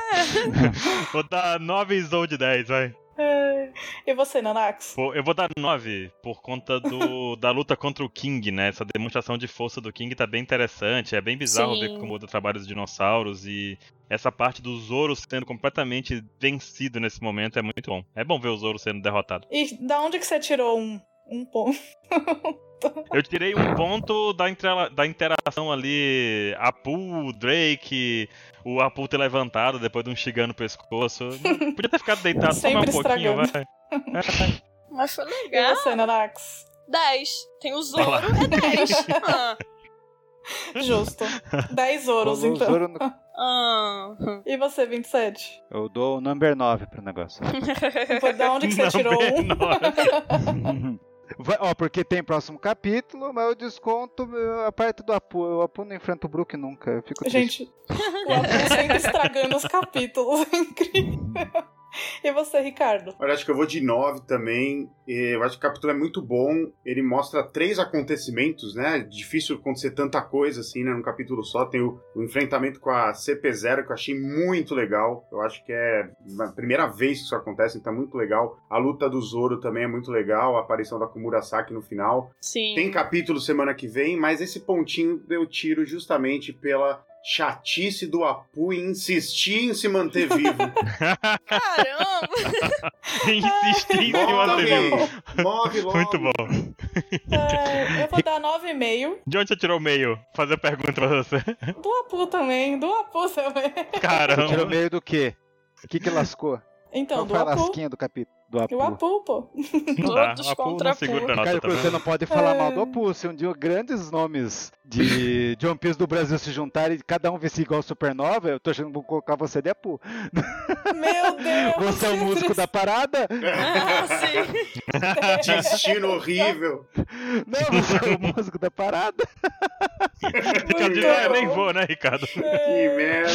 Speaker 3: Vou dar nove Izou de 10, vai.
Speaker 1: É. E você, Nanax?
Speaker 3: Pô, Eu vou dar nove por conta do, da luta contra o King, né? Essa demonstração de força do King tá bem interessante. É bem bizarro
Speaker 2: Sim.
Speaker 3: ver como o trabalho dos dinossauros e essa parte do Zoro sendo completamente vencido nesse momento é muito bom. É bom ver o Zoro sendo derrotado.
Speaker 1: E da onde que você tirou um, um ponto?
Speaker 3: Eu tirei um ponto da, intrela- da interação ali. Apu, Drake, o Apu ter levantado depois de um xingando no pescoço. Podia ter ficado deitado só mais
Speaker 1: Sempre
Speaker 3: um pouquinho, vai.
Speaker 2: mas foi
Speaker 1: E
Speaker 2: legal.
Speaker 1: você, Nanax?
Speaker 2: 10. Tem o
Speaker 3: Tá
Speaker 2: Zoro, é 10. Ah,
Speaker 1: Justo. 10 ouros,
Speaker 4: Colou o
Speaker 1: então.
Speaker 4: Zoro no-
Speaker 2: Ah.
Speaker 1: E você, 27?
Speaker 4: Eu dou o number 9 pro negócio.
Speaker 1: Pô, Da onde que você tirou um?
Speaker 4: Uhum. Vai- ó, porque tem próximo capítulo, mas eu desconto eh, a parte do Apu. Eu Apu não enfrenta o Brook nunca. Eu fico triste.
Speaker 1: Gente, o Apu sempre estragando os capítulos. É incrível. E você, Ricardo?
Speaker 5: Olha, acho que eu vou de 9 também. E Eu acho que o capítulo é muito bom. Ele mostra três acontecimentos, né? Difícil acontecer tanta coisa assim, né? Num capítulo só. Tem o, o enfrentamento com a CP0, que eu achei muito legal. Eu acho que é a primeira vez que isso acontece, então é muito legal. A luta do Zoro também é muito legal. A aparição da Kumurasaki no final.
Speaker 2: Sim.
Speaker 5: Tem capítulo semana que vem, mas esse pontinho eu tiro justamente pela chatice do Apu em insistir em se manter vivo.
Speaker 2: Caramba!
Speaker 3: Insistir em se manter vivo.
Speaker 5: Move, move logo.
Speaker 3: Muito bom.
Speaker 1: É, eu vou dar 9,5.
Speaker 3: De onde você tirou o meio? Fazer pergunta pra você.
Speaker 1: Do Apu também, do Apu também.
Speaker 4: Você tirou
Speaker 3: Caramba.
Speaker 4: meio do quê? O que que lascou?
Speaker 1: Então,
Speaker 4: Qual
Speaker 1: do
Speaker 4: foi a
Speaker 1: Apu.
Speaker 4: lasquinha do capítulo do Apu?
Speaker 1: E o Apu, pô.
Speaker 3: Não dá.
Speaker 2: Todos
Speaker 3: A Paul
Speaker 2: contra a
Speaker 3: não segura
Speaker 2: Paul.
Speaker 3: a nossa
Speaker 4: Cara,
Speaker 3: também.
Speaker 4: você não pode falar
Speaker 1: É.
Speaker 4: mal do Apu. Se um dia grandes nomes de, de One Piece do Brasil se juntarem e cada um visse igual Supernova, eu tô achando que vou colocar você de Apu.
Speaker 1: Meu Deus!
Speaker 4: Você é o músico da parada?
Speaker 2: Ah, sim.
Speaker 5: Destino horrível.
Speaker 4: Não, você é o músico da parada.
Speaker 3: Ricardo,
Speaker 1: muito
Speaker 3: é,
Speaker 1: bom.
Speaker 3: nem vou, né, Ricardo?
Speaker 5: Que merda.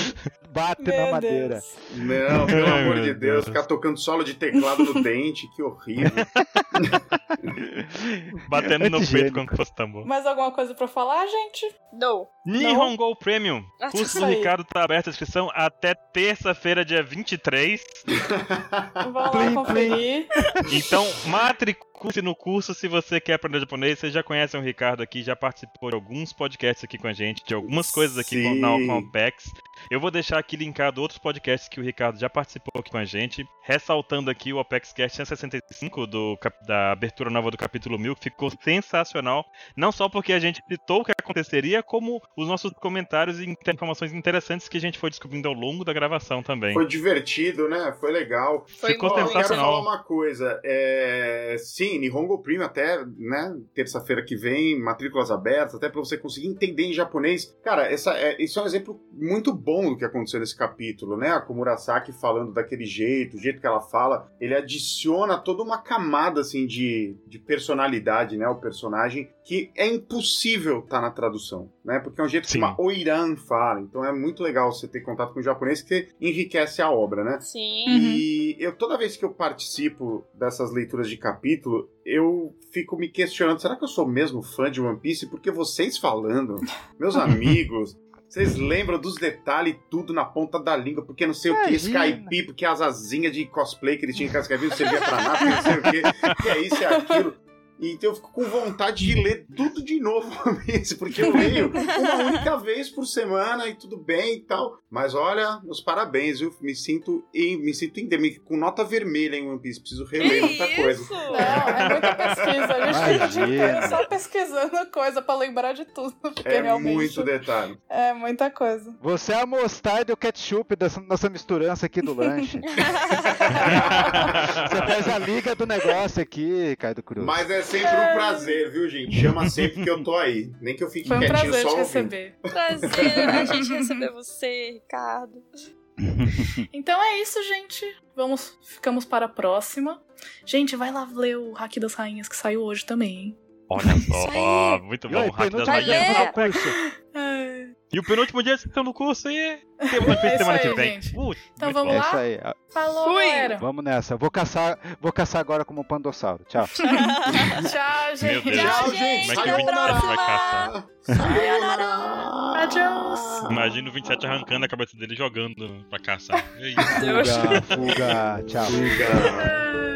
Speaker 4: Bate tá na
Speaker 1: Meu
Speaker 4: madeira.
Speaker 1: Deus.
Speaker 5: Não, pelo
Speaker 3: Ai,
Speaker 5: amor
Speaker 3: meu
Speaker 5: de Deus.
Speaker 3: Deus.
Speaker 5: Ficar tocando solo de teclado no dente, que horrível.
Speaker 3: Batendo no peito
Speaker 4: Antigênico.
Speaker 3: como se fosse tambor.
Speaker 1: Mais alguma coisa pra falar, gente?
Speaker 2: Não.
Speaker 3: Nihongo Premium.
Speaker 2: Ah,
Speaker 3: Curso
Speaker 1: isso
Speaker 3: do
Speaker 1: aí.
Speaker 3: Ricardo tá aberto a inscrição até terça-feira, dia 23.
Speaker 1: Vão lá
Speaker 4: Plim,
Speaker 1: conferir.
Speaker 3: Então, matricule-se no curso se você quer aprender japonês. Vocês já conhecem o Ricardo aqui, já participou de alguns podcasts aqui com a gente, de algumas coisas aqui com,
Speaker 5: Sim.
Speaker 3: na Alcompax. Eu vou deixar aqui linkado outros podcasts que o Ricardo já participou aqui com a gente. Ressaltando aqui o ApexCast 165 do, cap- da abertura nova do capítulo 1000, que ficou sensacional. Não só porque a gente citou o que aconteceria, como os nossos comentários e inter- informações interessantes que a gente foi descobrindo ao longo da gravação também.
Speaker 5: Foi divertido, né? Foi legal.
Speaker 2: Foi
Speaker 3: Ficou
Speaker 5: Ó, eu quero falar
Speaker 3: sensacional.
Speaker 5: uma coisa. É... Sim, Nihongo Prima até, né? Terça-feira que vem, matrículas abertas, até pra você conseguir entender em japonês. Cara, essa, é, isso é um exemplo muito bom do que aconteceu nesse capítulo, né? A Komurasaki falando daquele jeito, o jeito que ela fala, ele adiciona toda uma camada, assim, de, de personalidade, né? O personagem que é impossível estar na tradução, né? Porque é um jeito
Speaker 3: Sim.
Speaker 5: que uma oiran fala. Então é muito legal você ter contato com o japonês que enriquece a obra, né?
Speaker 2: Sim.
Speaker 1: Uhum.
Speaker 5: E eu toda vez que eu participo dessas leituras de capítulo, eu fico me questionando, será que eu sou mesmo fã de One Piece? Porque vocês falando, meus amigos, vocês lembram dos detalhes e tudo na ponta da língua, porque não sei o que,
Speaker 4: Imagina.
Speaker 5: Skype, porque as asinhas de cosplay que ele tinha em Cascavel não servia pra nada, porque não sei o que, que é isso, é aquilo. E Então eu fico com vontade de ler tudo de novo uma vez, porque eu leio uma única vez por semana e tudo bem e tal. Mas olha, os parabéns, eu me sinto em, me sinto em demi- com nota vermelha em One Piece, preciso
Speaker 2: Que
Speaker 5: reler muita coisa.
Speaker 2: isso?
Speaker 1: Não, é muita pesquisa. A gente fica o dia inteiro
Speaker 4: Imagina.
Speaker 1: só pesquisando coisa pra lembrar de tudo. Porque
Speaker 5: É
Speaker 1: realmente
Speaker 5: muito detalhe.
Speaker 1: é muita coisa.
Speaker 4: Você é a mostarda e o ketchup dessa nossa misturança aqui do lanche. Você faz a liga do negócio aqui, Caio Cruz.
Speaker 5: Mas é sempre um prazer, viu, gente? Chama sempre que eu tô aí. Nem que eu fique
Speaker 1: Foi um
Speaker 5: quietinho
Speaker 1: prazer
Speaker 5: É, só
Speaker 1: te
Speaker 5: ouvindo.
Speaker 1: receber.
Speaker 2: um Prazer a gente receber você, Ricardo.
Speaker 1: Então é isso, gente. Vamos, ficamos para a próxima. Gente, vai lá ler o Hack das Rainhas que saiu hoje também, hein?
Speaker 3: Olha
Speaker 2: Isso
Speaker 3: só,
Speaker 2: aí.
Speaker 3: muito
Speaker 4: E
Speaker 3: bom.
Speaker 4: aí,
Speaker 3: Hack
Speaker 1: tá
Speaker 3: das
Speaker 4: penúltimo
Speaker 3: Rainhas.
Speaker 4: dia do
Speaker 2: Valeu.
Speaker 4: concurso.
Speaker 1: É.
Speaker 3: E o penúltimo dia de sessão do curso e semana,
Speaker 1: É isso
Speaker 3: semana que
Speaker 1: aí,
Speaker 3: vem.
Speaker 1: gente.
Speaker 3: Putz,
Speaker 1: Então
Speaker 3: muito
Speaker 1: vamos
Speaker 4: É
Speaker 3: bom.
Speaker 1: lá?
Speaker 4: isso aí.
Speaker 1: Falou,
Speaker 2: Fui.
Speaker 1: galera.
Speaker 4: Vamos nessa. Eu Vou caçar, vou caçar agora como um pandossauro. Tchau.
Speaker 1: Tchau,
Speaker 3: Meu
Speaker 1: gente.
Speaker 3: Deus.
Speaker 2: Tchau,
Speaker 5: Tchau,
Speaker 2: gente.
Speaker 5: gente.
Speaker 3: Como é que
Speaker 2: Até
Speaker 3: o
Speaker 2: a próxima.
Speaker 3: 27 vai caçar?
Speaker 5: Sayonara.
Speaker 1: Adiós.
Speaker 3: Imagina o 27 arrancando a cabeça dele e jogando pra caçar. É isso.
Speaker 2: Deus.
Speaker 4: Fuga, fuga. Tchau.
Speaker 5: Obrigado.
Speaker 1: Tchau.